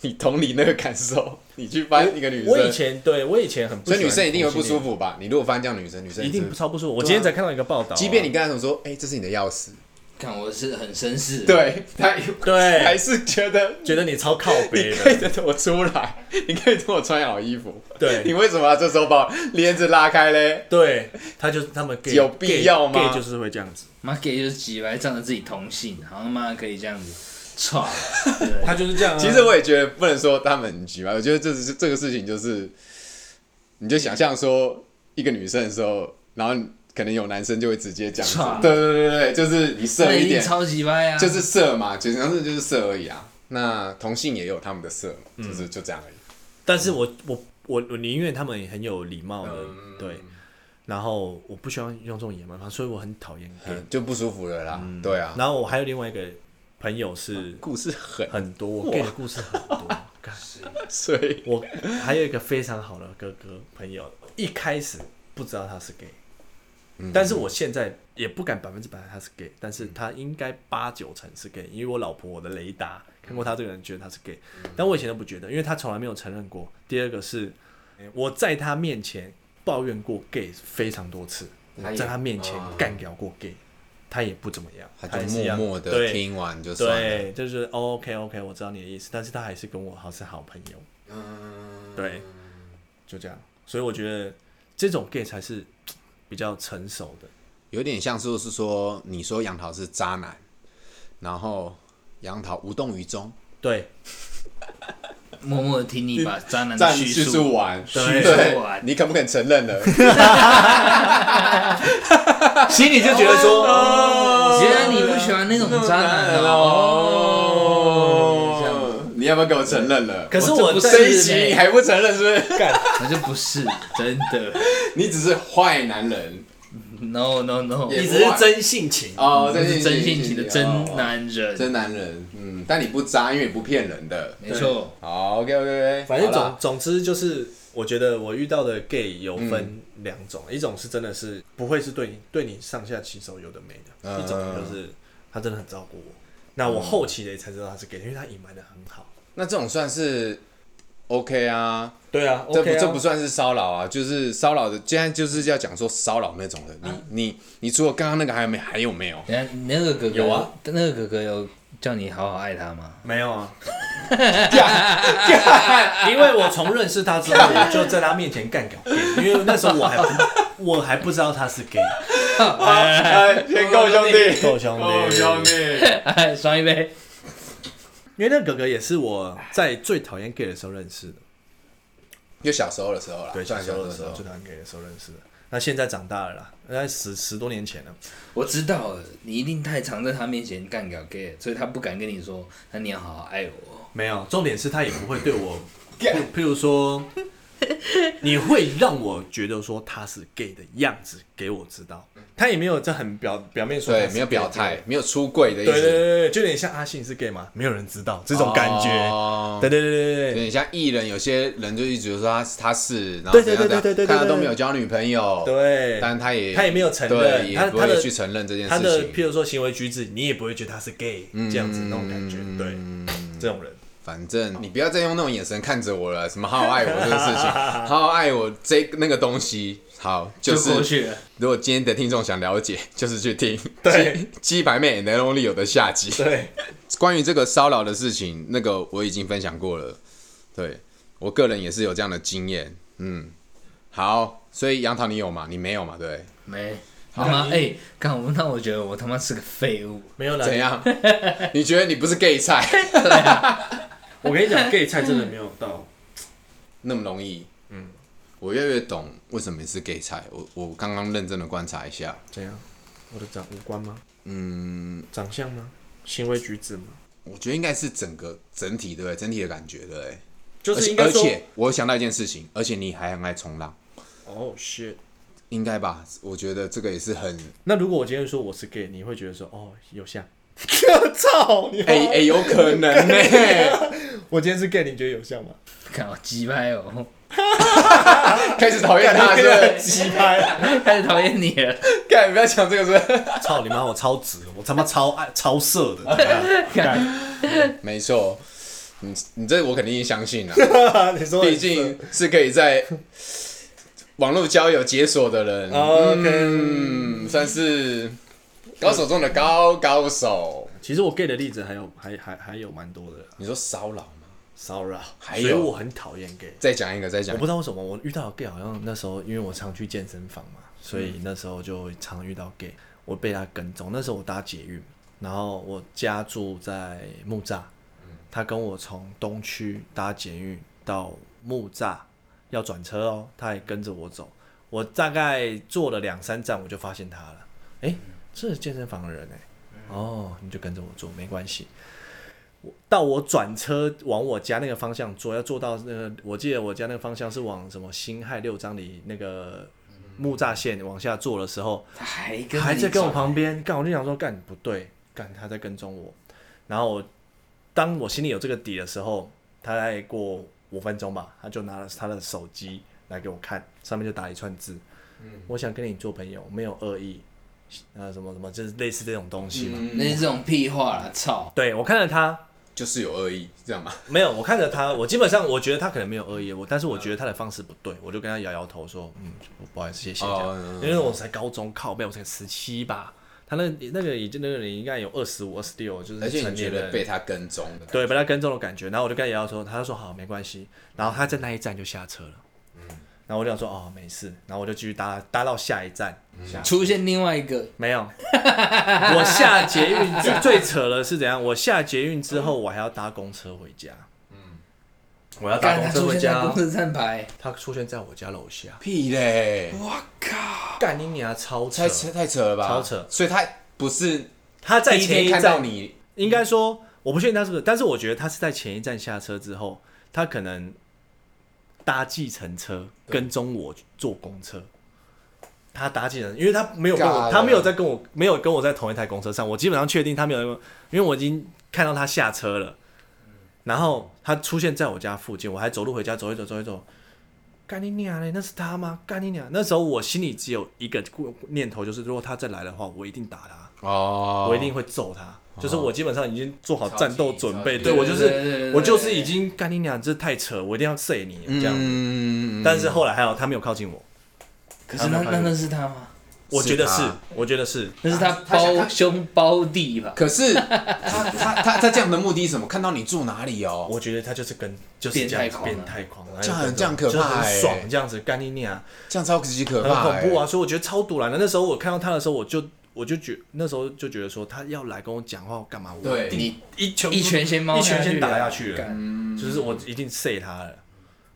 你同理那个感受，你去翻一个女我以生，前对我以前很不喜所欢以女生一定会不舒同性服吧？你如果翻这样女生，女生恋，一定是，超不舒服。我今天才看到一个报道啊、即便你跟她怎么说，哎，这是你的钥匙，看我是很绅士，， 对， 她还对是觉 得觉得你超靠你北可以的，等我出来，你可以等我穿好衣服。对你为什么要这时候把帘子拉开嘞？对，他就他们 gay, 有必要吗 gay, gay 就是会这样子。妈给就是几白仗着自己同性，好像妈可以这样子，操，对不对他就是这样、啊。其实我也觉得不能说他们很奇怪，我觉得这只是这个事情就是，你就想象说一个女生的时候，然后可能有男生就会直接讲唰，对对对对，对就是你射那一一定点，超级白啊，就是射嘛，其实上是就是射而已啊。那同性也有他们的射嘛，就是就这样而已。但是我我我我宁愿他们很有礼貌的，对，然后我不喜欢用这种野蛮方式，所以我很讨厌 gay。嗯就不舒服了啦，对啊。然后我还有另外一个朋友是故事很很多 gay 的故事很多，干 所以我还有一个非常好的哥哥朋友，一开始不知道他是 gay，、但是嗯我现在也不敢百分之百他是 gay，但是他应该八九成是 gay，因为我老婆我的雷达看过他这个人，觉得他是 gay，、但嗯我以前都不觉得，因为他从来没有承认过。第二个是我在他面前抱怨过 gay 非常多次，他我也啊在他面前干掉过 gay，他也不怎么样，他也就是一默样默的对听完就算了。对，就是 OK OK，我知道你的意思，但是他还是跟我好是好朋友。对，就这样。所以我觉得这种 gay 才是比较成熟的。有点像是是说，你说杨桃是渣男，然后杨桃无动于衷，对，默默的听你把渣男的但叙叙述述完，叙对对叙述完你肯不肯承认 呢？心里就觉得说，原来你不喜欢那种渣男啊哦，这样哦，你要不要给我承认了？可是我这我不在这一是集嘞你还不承认是不 是？可是不是真的你只是坏男人，no no no，也你只是真性情，哦，这是真性情的哦真男人，真男人，嗯，但你不渣，因为你不骗人的。没错，好，OK OK OK，反正总总之就是，我觉得我遇到的 gay 有分两种，一种是真的是不会是对你对你上下其手有的没的，嗯一种就是他真的很照顾我。那我后期的才知道他是 gay，因为他隐瞒的很好。那这种算是 OK 啊，对啊，这 OK 不啊这不算是骚扰啊，就是骚扰的，现在就是要讲说骚扰那种的。啊你你你除了刚刚那个还有没还有没 有？人家那个哥哥有啊，那个哥哥有叫你好好爱他 吗？没有啊，因为我从认识他 之后，我就在他面前干搞 gay，因为那时候我还不我还不知道他是 gay。哎，先 够兄弟，够兄弟够兄弟。哎，双一杯，因为那个哥哥也是我在最讨厌 gay 的时候认识的，就小时候的时候啦，对，小算时候小的时时候候最讨厌 gay 的时候认识的。那现在长大了啦，大概十十多年前了。我知道了，你一定太常在他面前干搞 gay，所以他不敢跟你说，那你要好好爱我。 没有，重点是他也不会对我，譬譬如说，你会让我觉得说他是 gay 的样子给我知道，他也没有这很表表面说他对，是没有 gay 表态，没有出柜的意对，对对思，对对，就有点像阿信是 gay 嘛，没有人知道这种感觉，哦对对对对对有对，点像艺人，有些人就一直说他他是，然后对怎样对对怎样对对对看他对都没有交女朋友，对但他也他也没有承认对他也不他的会去承认这件他事的譬情。如说行为举止，你也不会觉得他是 gay 这样子那种感觉，嗯对，这种人，反正你不要再用那种眼神看着我了，什么好好爱我这个事情，好好爱我这那个东西。好，就是过去了。如果今天的听众想了解， 就是去听对鸡鸡排妹 n only 有的下集。对，关于这个骚扰的事情，那个我已经分享过了。对我个人也是有这样的经验。嗯，好，所以杨桃你有吗？你没有嘛？对，没，他妈你哎，干我那我觉得我他妈是个废物，没有 啦，怎样？你觉得你不是 gay 菜我跟你讲，gay 菜真的没有到，那么容易？嗯，我越来越懂为什么你是 gay 菜。我我刚刚认真的观察一下，怎样？我的长五官吗？嗯，长相吗？行为举止吗？我觉得应该是整个整体对不对？整体的感觉对不对？就而是且应该而说，且我想到一件事情，而且你还很爱冲浪，哦、shit。应该吧？我觉得这个也是 很那如果我今天说我是 gay，你会觉得说哦有像？操你！哎哎、有可能呢、 我今天是 gay，你觉得有像吗？看我鸡掰哦，开始讨厌他是不是？鸡拍！开始讨厌你了， 干，不要讲这个是不操你妈！我超直，我他妈超爱超色的。怎干是。没错，你你这我肯定相信了、啊 么样你说毕竟是可以在网络交友解锁的人。哦，OK 嗯，算是高手中的高高手。其实我 gay 的例子还有还还还有蛮多的啦你说骚扰吗？骚扰，还有所以我很讨厌 gay。再讲一个，再讲我一不个。知道为什么我遇到的 gay 好像那时候，因为我常去健身房嘛，所以那时候就常遇到 gay，我被他跟踪。那时候我搭捷运，然后我家住在木栅，他跟我从东区搭捷运到木栅要转车哦，他还跟着我走。我大概坐了两三站，我就发现他了。诶，这是健身房的人哎、哦，你就跟着我坐，没关系。我到我转车往我家那个方向坐，要坐到那个，我记得我家那个方向是往什么辛亥六张里那个木栅线往下坐的时候，他还跟还你在跟我转旁边干，我就想说干不对，干他在跟踪我。然后我当我心里有这个底的时候，他再过五分钟吧，他就拿了他的手机来给我看，上面就打一串字，嗯我想跟你做朋友，没有恶意，呃，什么什么，就是类似这种东西嘛。那是这种屁话啦，操！对我看着他，就是有恶意，这样吗？没有，我看着他，我基本上我觉得他可能没有恶意，我但是我觉得他的方式不对，我就跟他摇摇头说，嗯，不不好意思，谢谢这样，哦嗯因为我才高中靠背，我才十七吧，他那那个已经那个人应该有二十五、二十六，就是而且成你觉年得人被他跟踪的，对，被他跟踪的感觉。然后我就跟他聊说，他就说好，没关系。然后他在那一站就下车了，然后我就想说哦，没事。然后我就继续搭搭到下一站，下出现另外一个，没有， 我下捷运最最扯的是怎样？我下捷运之后，我还要搭公车回家。嗯我要搭干公他车出回现在家公，司站牌，他出现在我家楼下，屁嘞，我靠！干你娘超扯太！扯太扯了吧？超扯所以他不是他在第一前天看到站，你应该说我不确定他是不是，但是我觉得他是在前一站下车之后，他可能搭计程车跟踪我坐公车。他搭计程车，因为他没有跟尬我，了他没有在跟我，没有跟我在同一台公车上。我基本上确定他没有，因为我已经看到他下车了，然后他出现在我家附近，我还走路回家，走一走，走一走，干你娘嘞！那是他吗？干你娘！那时候我心里只有一个念头，就是如果他再来的话，我一定打他。哦我一定会揍他。就是我基本上已经做好超级战斗准备，超级对我就对对对是对我就是已经干你娘，这太扯，我一定要射你这样。嗯但是后来还好，他没有靠近我，可是那那那是他吗？我觉得是啊是他，我觉得是，那是他他想胞兄胞弟吧？可 是他他他他这样的目的是什么？看到你住哪里哦？我觉得他就是跟就是这样子变变态态啊狂，这样还有这样可怕就是很欸爽这样子干你娘，这样超级可很怕、欸，恐怖啊！所以我觉得超堵然的。那时候我看到他的时候，我就我就觉那时候就觉得说他要来跟我讲话干嘛，我对一定一拳一拳先猫一下拳去先了打下去了，嗯干就是我一定射他了，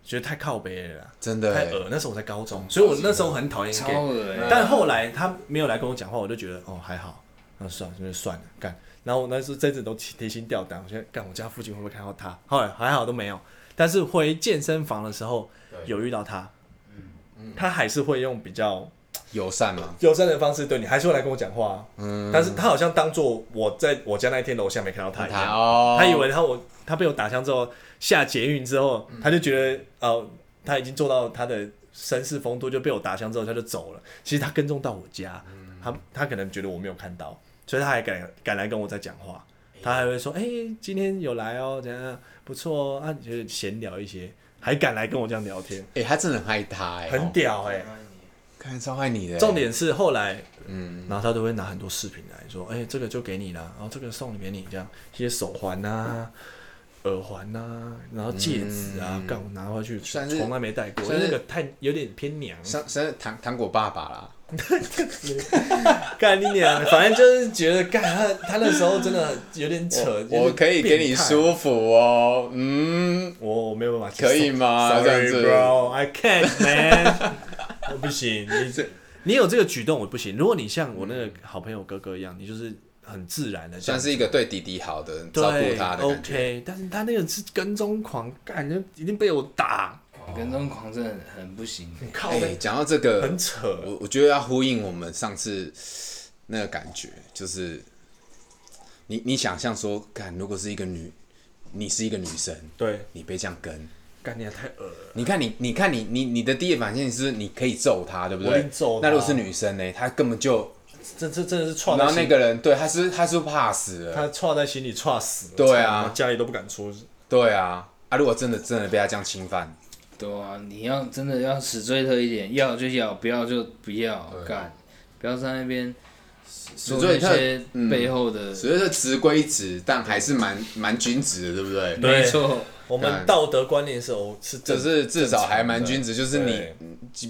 觉得太靠北了啦。真的、太欸。恶，那时候我才高中，所以我那时候很讨厌超 gay。恶欸但后来他没有来跟我讲话，我就觉得哦还好，那算了，那就算了，干。然后我那时候真的都提提心吊胆，我现在干我家附近会不会看到他？后来还好都没有，但是回健身房的时候，对有遇到他，他还是会用比较友善吗？友善的方式对你，还是会来跟我讲话、啊。嗯，但是他好像当做我在我家那一天楼下没看到他一他样，哦，他以为他我他被我打枪之后下捷运之后，嗯他就觉得哦、他已经做到他的绅士风度，就被我打枪之后他就走了。其实他跟踪到我家，嗯他他可能觉得我没有看到，所以他还敢敢来跟我在讲话。他还会说：“哎、今天有来哦，怎样怎样不错哦。”啊，就是闲聊一些，还敢来跟我这样聊天，哎、他真的很爱他哎、很屌哎、看超爱你的、欸重，点是后来，嗯，然后他都会拿很多饰品来说，哎、这个就给你啦，然后这个送给你，这样一些手环啊、耳环啊，然后戒指啊，干、我拿回去嗯算是从来没戴过，因算为是那个太有点偏娘，像像是糖糖果爸爸啦， 干你娘，反正就是觉得干他他那时候真的有点扯，有点我可以给你变态，舒服哦，嗯，我我没有办法接受，可以吗这样？Sorry 子 bro, I can't man，我 不行，你你有这个举动我不行，如果你像我那个好朋友哥哥一样，你就是很自然的，算是一个对弟弟好的，对照顾他的感觉。 OK，但是他那个是跟踪狂，感觉一定被我打，跟踪狂真的很很不行。靠哎、背，讲到这个，很扯。我我觉得要呼应我们上次那个感觉，就是你你想象说，看如果是一个女，你是一个女生，对，你被这样跟，干你也太恶了。你看你你看你你你的第一反应是你可以揍她，对不我一对定揍？她那如果是女生呢，她根本就，这这真的是踹然在后心那里，个人对她是她是怕死了，他踹在心里踹死了。对啊操家里都不敢出。对啊啊！如果真的真的被她这样侵犯，对啊，你要真的要死追特一点，要就要，不要就不要干，不要在那边做追那特嗯些背后的，所以这直归直，但还是蛮蛮君子的，对不对？没错，我们干道德观念是哦，是就这是至少还蛮君子，就是你 对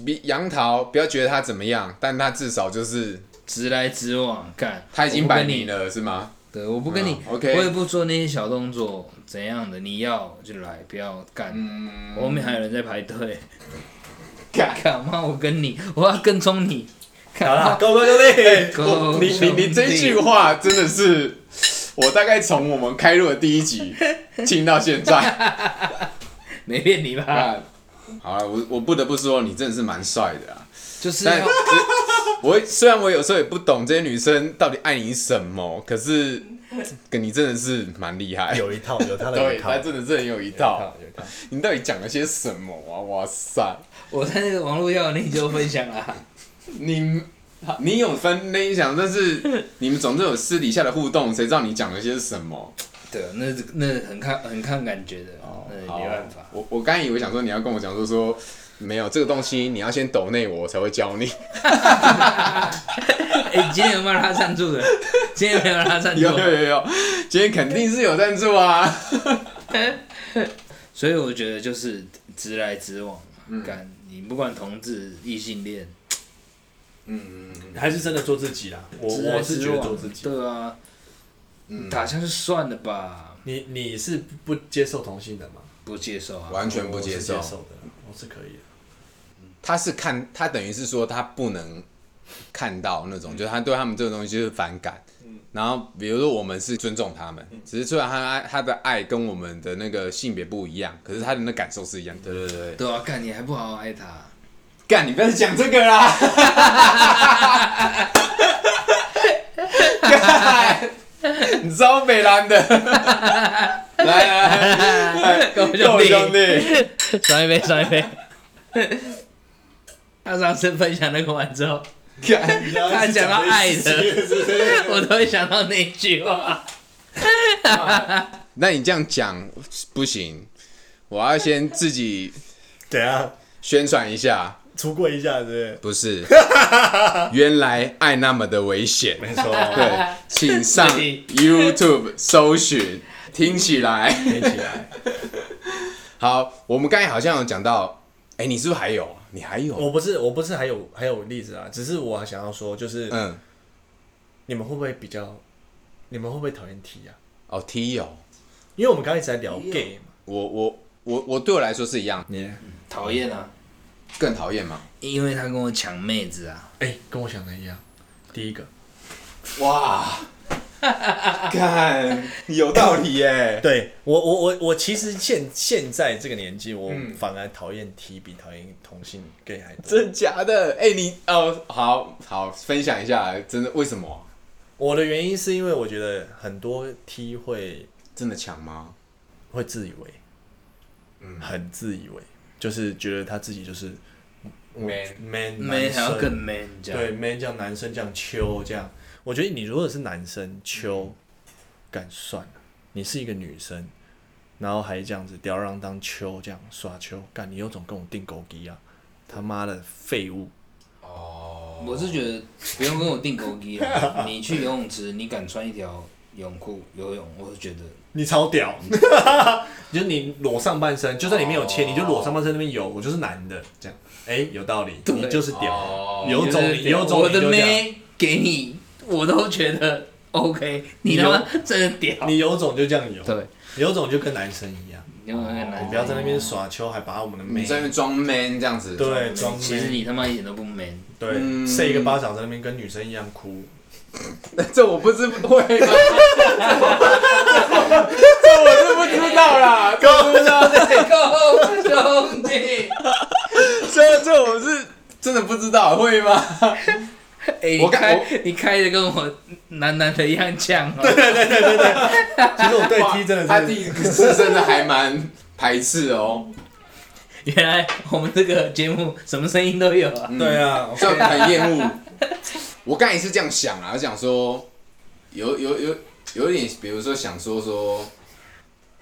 比杨桃不要觉得他怎么样，但他至少就是直来直往干。他已经我不摆跟明你，了，是吗？对，我不跟你嗯，OK 我也不做那些小动作怎样的，你要就来，不要干。嗯后面还有人在排队， 干干嘛？我跟你，我要跟踪你。好干啦，嘛？各位 哎兄弟，跟你你你这句话真的是，我大概从我们开录的第一 集听到现在。没骗你吧？啊好了，我我不得不说，你真的是蛮帅的啊。 就是但要我虽然我有时候也不懂这些女生到底爱你什么，可是跟你真的是蛮厉害。有一套，有他的有对，一套，他真的是很有一套。有一套。你到底讲了些什么啊？哇塞！我在那个网络要有内疚分享啊啦。你你有分内想，但是你们总是有私底下的互动，谁知道你讲了些什么？对，啊那那很看很看感觉的，那没办法。我我刚以为想说你要跟我讲说说没有这个东西，你要先抖内我才会教你， 哎、今天有没有拉赞 助的？今天没有拉赞助有，有有有，今天肯定是有赞助啊。所以我觉得就是直来直往，干、你不管同志、异性恋，嗯还是真的做自己啦，我直来我是直嗯觉得往做自，己。对啊，打枪就算了吧，你你是不接受同性的吗？不接受啊。完全不我是接受接，受的，我是可以的。他是看他等于是说他不能看到那种，就是他对他们这种东西就是反感。然后比如说我们是尊重他们，只是虽然他爱他的爱跟我们的那个性别不一样，可是他的那感受是一样的。对对对，对啊，干你还不好好爱他，啊 干，你不要再讲这个啦！ 干，你超北蓝的，来来来，各位各兄位弟兄弟，上一杯，上一杯。他上次分享那个完之后，干，他讲到爱的，我都会想到那一句话。那你这样讲不行，我要先自己等一下宣传一下，啊出柜一下，对不对？不是，原来爱那么的危险，没错，对，请上对 YouTube 搜寻，听起来。连起来。好，我们刚才好像有讲到，哎、你是不是还有啊？你还有？我不是，我不是，还有还有例子啊，只是我想要说，就是、嗯，你们会不会比较，你们会不会讨厌 T 啊？哦，T 有，因为我们刚刚一直在聊 gay 嘛，我我我我对我来说是一样，你讨厌啊，更讨厌嘛。因为他跟我抢妹子啊。哎、跟我想的一样。第一个，哇， 干，有道理耶。对我我我我其实现现在这个年纪，我反而讨厌 T 比讨厌同性 gay 还多。真的假的？哎、你哦，好好分享一下，真的为什么？我的原因是因为我觉得很多 T 会真的强吗？会自以为，嗯，很自以为，就是觉得他自己就是我 Man man 没男还要生更 man 这样。对 man 这样男生这样秋这样，我觉得你如果是男生秋，敢算了，你是一个女生，然后还这样子吊儿郎当秋这样耍秋，干你有种跟我定狗机啊！他妈的废物！哦，我是觉得不用跟我订狗衣 了，你去游泳池，你敢穿一条泳裤游泳，我就觉得你超屌， 就是你裸上半身，就算你没有切，你就裸上半身那边有，我就是男的这样。哎、有道理，对你就是屌，哦有种就是你有种我你的就屌妹给你，我都觉得 OK，你他妈真的屌。你有种就这样游，对，有种就跟男生一样，你有没有那个男你生不要在那边耍秋，还把我们的你妹在那边装 man 这样子，对装其实妹你他妈一点都不 man，对嗯塞一个巴掌在那边跟女生一样哭， 这我不知会，这我是不知道啦，这我不知 哎哎道，够兄弟，这这我是真的不知道会吗？哎，你我看开你开的跟我男男的一样呛哦，其实我对 T 真他的自是，己是真的还蛮排斥哦，原来我们这个节目什么声音都有嗯啊，对啊，我这很厌恶。我刚才也是这样想啊，我想说有有有有一点，比如说想说说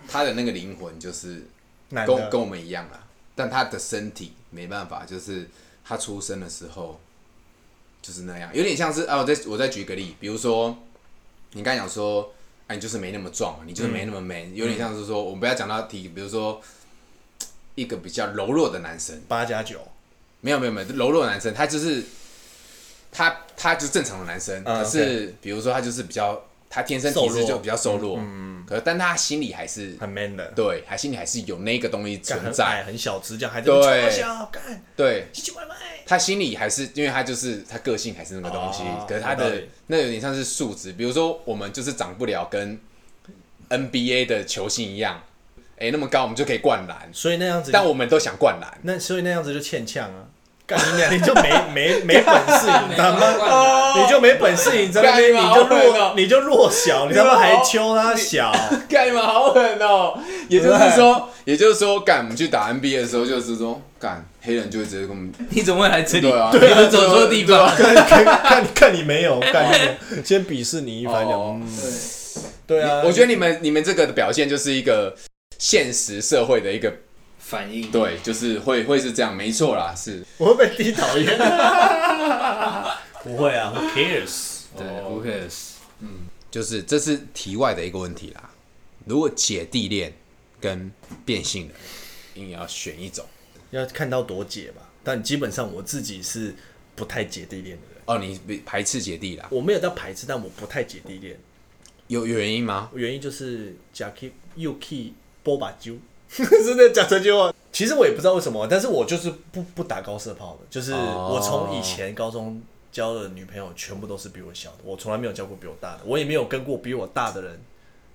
他的那个灵魂就是男跟跟的我们一样啦，但他的身体没办法，就是他出生的时候就是那样，有点像是啊，我再我再举个例，比如说你刚才讲说，哎、你就是没那么壮，你嗯就是没那么 man，、有点像是说，我们不要讲到体，比如说一个比较柔弱的男生，八加九，没有没有没有柔弱的男生，他就是他他就是正常的男生，嗯可是比如说他就是比较他天生体瘦质弱嗯就比较瘦弱，可是但他心里还是很 man 的，对，还心里还是有那个东西干存很在矮，很小只这样，还在对嘲笑，啊干对唧唧歪歪，他心里还是，因为他就是他个性还是那个东西，哦可是他有道的理那有点像是数值，比如说我们就是长不了跟 NBA 的球星一样，哎、那么高我们就可以灌篮，所以那样子，但我们都想灌篮，那所以那样子就欠呛啊，干你娘，你就 没没没本事，你他妈。你就没本事，你在那干边你嘛好就狠哦弱，你就弱小，你他妈还揪他小，干你们好狠哦、也就是 说，也就是说，干我们去打 NBA 的时候，就是说，干黑人就会直接跟我们，你怎么会来这里？对啊你们走错地啊方。看看看看你 没有，看你没有先鄙视你一番，哦嗯对对啊，我觉得你们你们这个的表现就是一个现实社会的一个，反应，对，就是会会是这样，没错啦，是。我会被低讨厌。 不会啊，Who cares？对，Who cares？就是这是题外的一个问题啦。如果姐弟恋跟变性人，硬要选一种，要看到多解吧，但基本上我自己是不太姐弟恋的人，哦，你被排斥姐弟啦，我没有到排斥，但我不太姐弟恋，有有原因吗？原因就是假 k 又 k 波把揪， 真的讲这句话。其实我也不知道为什么，但是我就是不不打高射炮的，就是哦我从以前高中交的女朋友全部都是比我小的，我从来没有交过比我大的，我也没有跟过比我大的人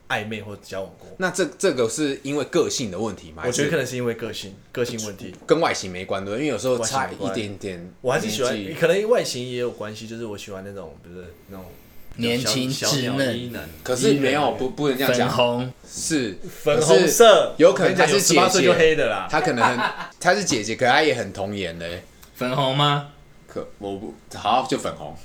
暧昧或交往过。那这这个是因为个性的问题吗？我觉得可还能是因为个性，个性问题。是跟外形没关对不对，因为有时候外形差没一关点点，我还是喜欢年，纪可能外形也有关系，就是我喜欢那种，不是那种年轻小稚小鸟嫩依男可是没有不不能啊这样粉讲，红，是粉红，色可，是有可能他是十姐八岁就姐，黑的啦。他可能很他是姐姐，可他也很童颜的欸，粉红吗可我不好就粉红，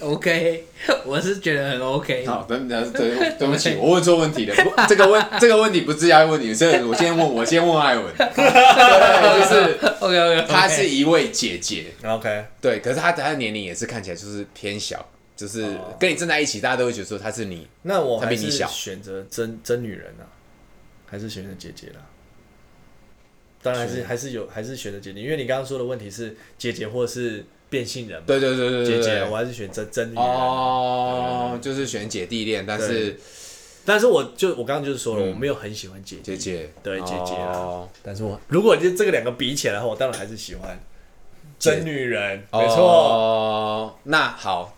？OK，我是觉得很 OK。好，对对对，对不起，我问错问题了。不这个问这个问题不是要问你，是我先问我先问艾文，对， 就是 OK OK，她是一位姐姐， OK，对，可是她她的年龄也是看起来就是偏小，就是跟你站在一起，大家都会觉得说她是你那我她还比你是小选择真真女人啊，还是选择姐姐啦。当然还是还是有还是选择姐姐，因为你刚刚说的问题是姐姐或是变性人嘛。对对对对对姐对姐，我还是选真真女人啊。哦，就是选姐弟恋，但是但是我就我刚刚就是说嗯了，我没有很喜欢姐姐，姐姐对姐姐啊哦。但是我如果就这个两个比起来的话，我当然还是喜欢哦真女人，没错。哦，那好，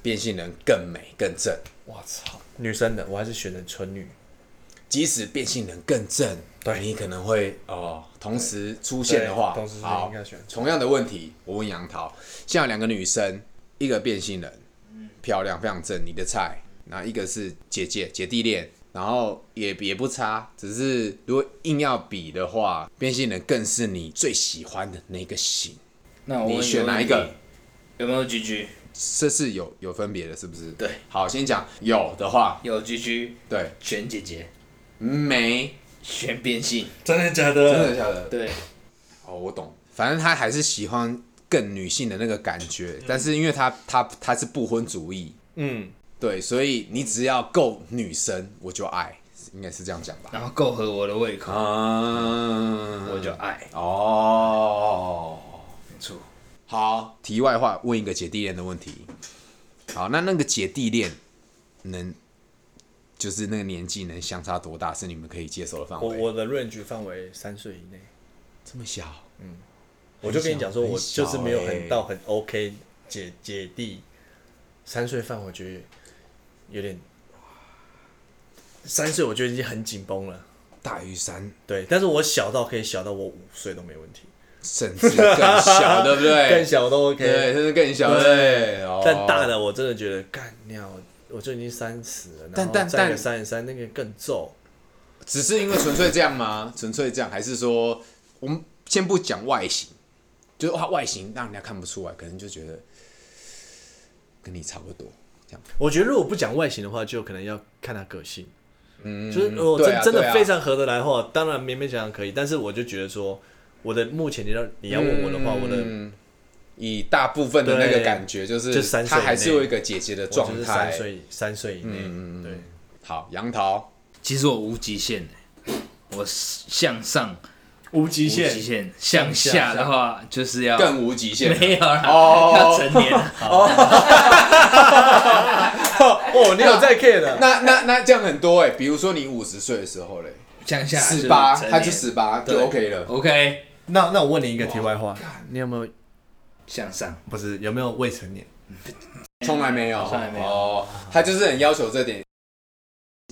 变性人更美更正，我操，女生的我还是选的纯女，即使变性人更正，对你可能会哦，同时出现的话对同时出，现好应该选，同样的问题，我问杨桃，现在有两个女生，一个变性人，漂亮非常正，你的菜，然后一个是姐姐姐弟恋，然后也也不差，只是如果硬要比的话，变性人更是你最喜欢的那个型，那我你问选个哪问一个题？有没有 GG？这是有有分别的，是不是？对，好，先讲有的话，有 GG 对，选姐姐，没，选变性。真的假真的？假的？对，哦，我懂，反正他还是喜欢更女性的那个感觉，但是因为他他他是不婚主义，嗯，对，所以你只要够女生，我就爱，应该是这样讲吧？然后够合我的胃口，嗯，我就爱。哦，没错，好，题外话，问一个姐弟恋的问题。好，那那个姐弟恋能就是那个年纪能相差多大，是你们可以接受的范围？我我的 range 范围三岁以内，这么小，我就跟你讲说，很小我就是没有欸很到很 OK 姐姐弟三岁范，我觉得有点三岁，我觉得已经很紧绷了。大于三，对，但是我小到可以小到我五岁都没问题，甚至更小，对不对？ 更小都 OK。对，甚至更小，哎对对。哦但大，的我真的觉得干尿，我就已经三十了，但但但三十三那个更皱，只是因为纯粹这样吗？纯粹这样，还是说我们先不讲外形，就是它外形让人家看不出来，可能就觉得跟你差不多这样。我觉得如果不讲外形的话，就可能要看他个性。嗯，就是如果对真、啊真对的啊非常合得来的话，当然勉勉强强可以。但是我就觉得说，我的目前你要你要问我的话，嗯我的以大部分的那个对感觉，就是就三岁他还以是内有一个姐姐的我状就是态嗯三。岁三岁以内，对，好，杨桃，其实我无极限欸我向上无极无极 限，向下下的话就是要更无极限了。 没有啦，哦要成年了。哦，你有在 care 的，那那那这样很多哎，比如说你五十岁的时候嘞， 向 啊下十八，就是成年他就十八就对 OK 了。 OK，那那我问你一个题外话，你有没有向上不是有没有未成年？ 从来没有，从来没有哦，他就是很要求这点。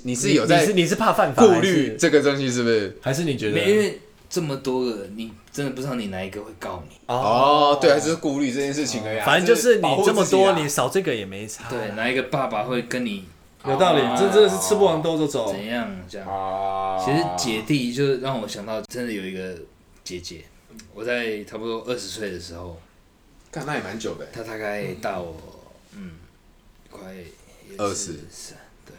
你是有你在是你是怕犯法顾还虑是这个东西是不是？还是你觉得没，因为这么多个人，你真的不知道你哪一个会告你，哦，对，就是顾虑这件事情而已啊。反正就是保你护这么自己多，啊你少这个也没差。对，哪一个爸爸会跟你有道理哦，这真的是吃不完兜着走。怎样这样？啊，其实姐弟就让我想到，真的有一个姐姐，我在差不多二十岁的时候，干那也蛮久的欸，她大概大我嗯快也是20对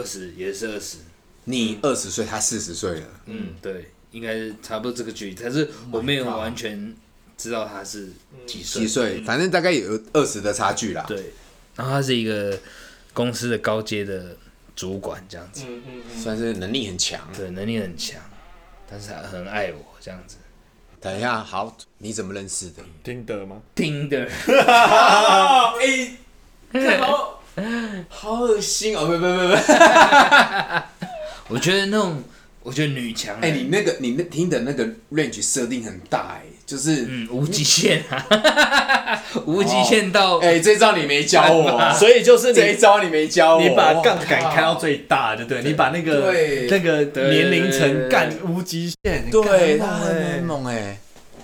二十也是二十，你二十岁，他四十岁了。嗯，对，应该是差不多这个距离，但是 Oh 我没有 God 完全知道他是几嗯岁。几嗯岁，反正大概有二十的差距啦。对，然后他是一个公司的高阶的主管这样子，嗯嗯嗯，算是能力很强。对，能力很强，但是他很爱我这样子。等一下，好，你怎么认识的？听 得吗？ Tinder，啊，哎、好，好恶心哦！不不不不，我觉得那种，我觉得女强哎、人，你那个你那听的那个 range 设定很大哎、就是，嗯，无极限啊， 无极限到，哎、这招你没教 我，哦所以就是哦 这一哦你，招你没教我，你把杠哇杆开到最大，对不对？你把那个对那个年龄对对对层干无极限，对，干他哇很欸猛哎、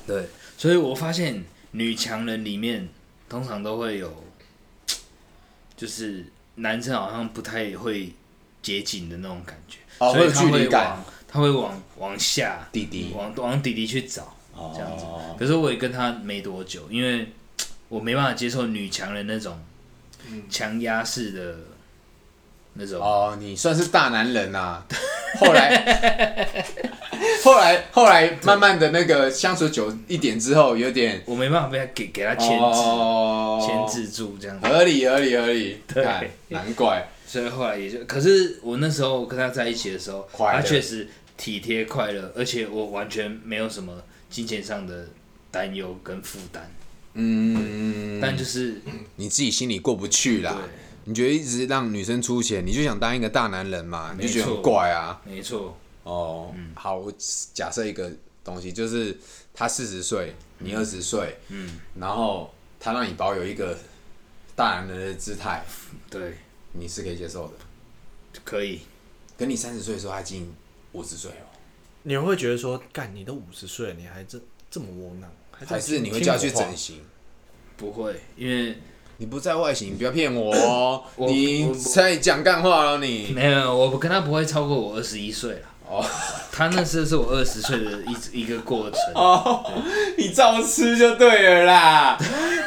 对，所以我发现女强人里面通常都会有，就是男生好像不太会接近的那种感觉，哦所以会他有距会离感往他会往往下弟弟往往底底去找这样子哦。可是我也跟他没多久，因为我没办法接受女强人那种嗯强压式的那种。哦，你算是大男人呐、 后来， 后来，后来，慢慢的那个相处久一点之后，有点我没办法被他给给他牵制，哦牵制住这样子。合理合理合理，对看难怪所以后来也就，可是我那时候跟他在一起的时候，快乐他确实体贴快乐，而且我完全没有什么金钱上的担忧跟负担，嗯，但就是你自己心里过不去啦对。你觉得一直让女生出钱，你就想当一个大男人嘛？你没就错觉得很怪啊。没错，哦，好，我假设一个东西，就是他四十岁，你二十岁，嗯，然后他让你保有一个大男人的姿态，对，你是可以接受的。可以，跟你三十岁的时候，他已经五十岁哦，你会觉得说，干你都五十岁了，你还这这么窝囊，还在还是你会听叫我他去话整形？不会，因为你不在外形，你不要骗我 哦！我你我在讲干话了你。没有，我跟他不会超过我二十一岁了。哦，他那次是我二十岁的一一个过程。哦，你照吃就对了 啦！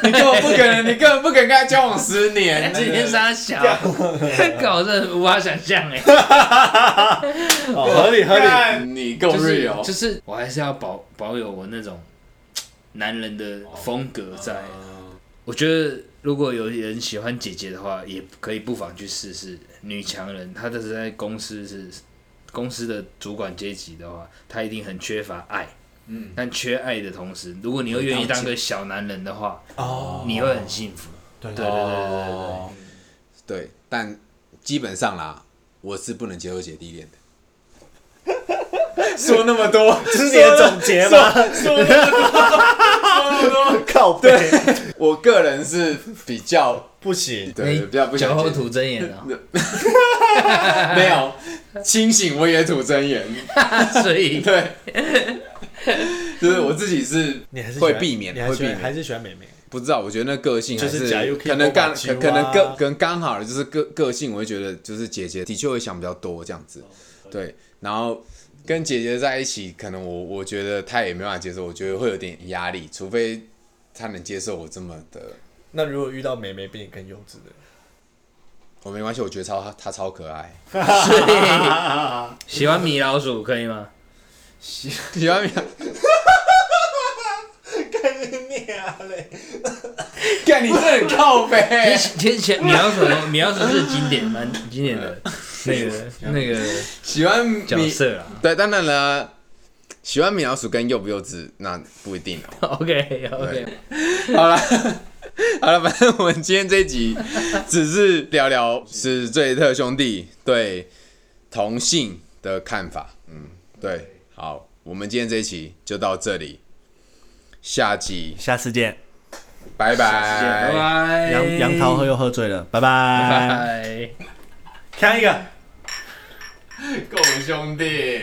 你根本不可能，你根本不可能跟他交往十 年。哎今天真的傻小， 搞这无法想象欸哎。哦，合理合理。干你够就是 real，就是我还是要保保有我那种男人的哦风格在。我觉得如果有人喜欢姐姐的话，也可以不妨去试试女强人。她这是在公司是公司的主管阶级的话，她一定很缺乏爱。嗯，但缺爱的同时，如果你又愿意当个小男人的话，哦你会很幸福。对对对对对对对哦对，但基本上啦，我是不能接受姐弟 恋的。说那么多，这是你的总结吗？说那么多，说那么 靠背，多，我个人是比较不行，对，比较不想酒后接吐真言啊，没有清醒，我也吐真言。所以对，就是我自己是你还是喜欢会避免，你还会是避喜欢还免。是喜欢美眉。不知道，我觉得那个性还就是假如可以可能刚勾把可揪啊可能个可能刚好就是个个性，我会觉得就是姐姐的确会想比较多这样子，哦对。然后跟姐姐在一起，可能我我觉得她也没办法接受，我觉得会有点压力，除非她能接受我这么的，那如果遇到美眉比你更幼稚的，我没关系，我觉得超她超可 爱。所以 喜欢米老鼠可以 吗？喜欢米老，干你啊嘞！干你这很靠北。天前米老鼠，米老鼠是经典蛮经典的那个那个喜欢角米色啊啦。对，当然了，喜欢米老鼠跟幼不幼稚那不一定哦。 OK OK，好了，好了，反正我们今天这一集只是聊聊史最特兄弟对同性的看法。嗯，对，好，我们今天这一期就到这里，下集下次见，拜拜拜。拜。杨杨桃喝又喝醉了，拜拜。拜。看一个。狗兄弟。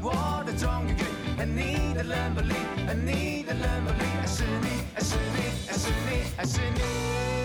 我的终于，你的冷不吝，你的冷不吝，爱是你，爱是你，爱是你，爱是你。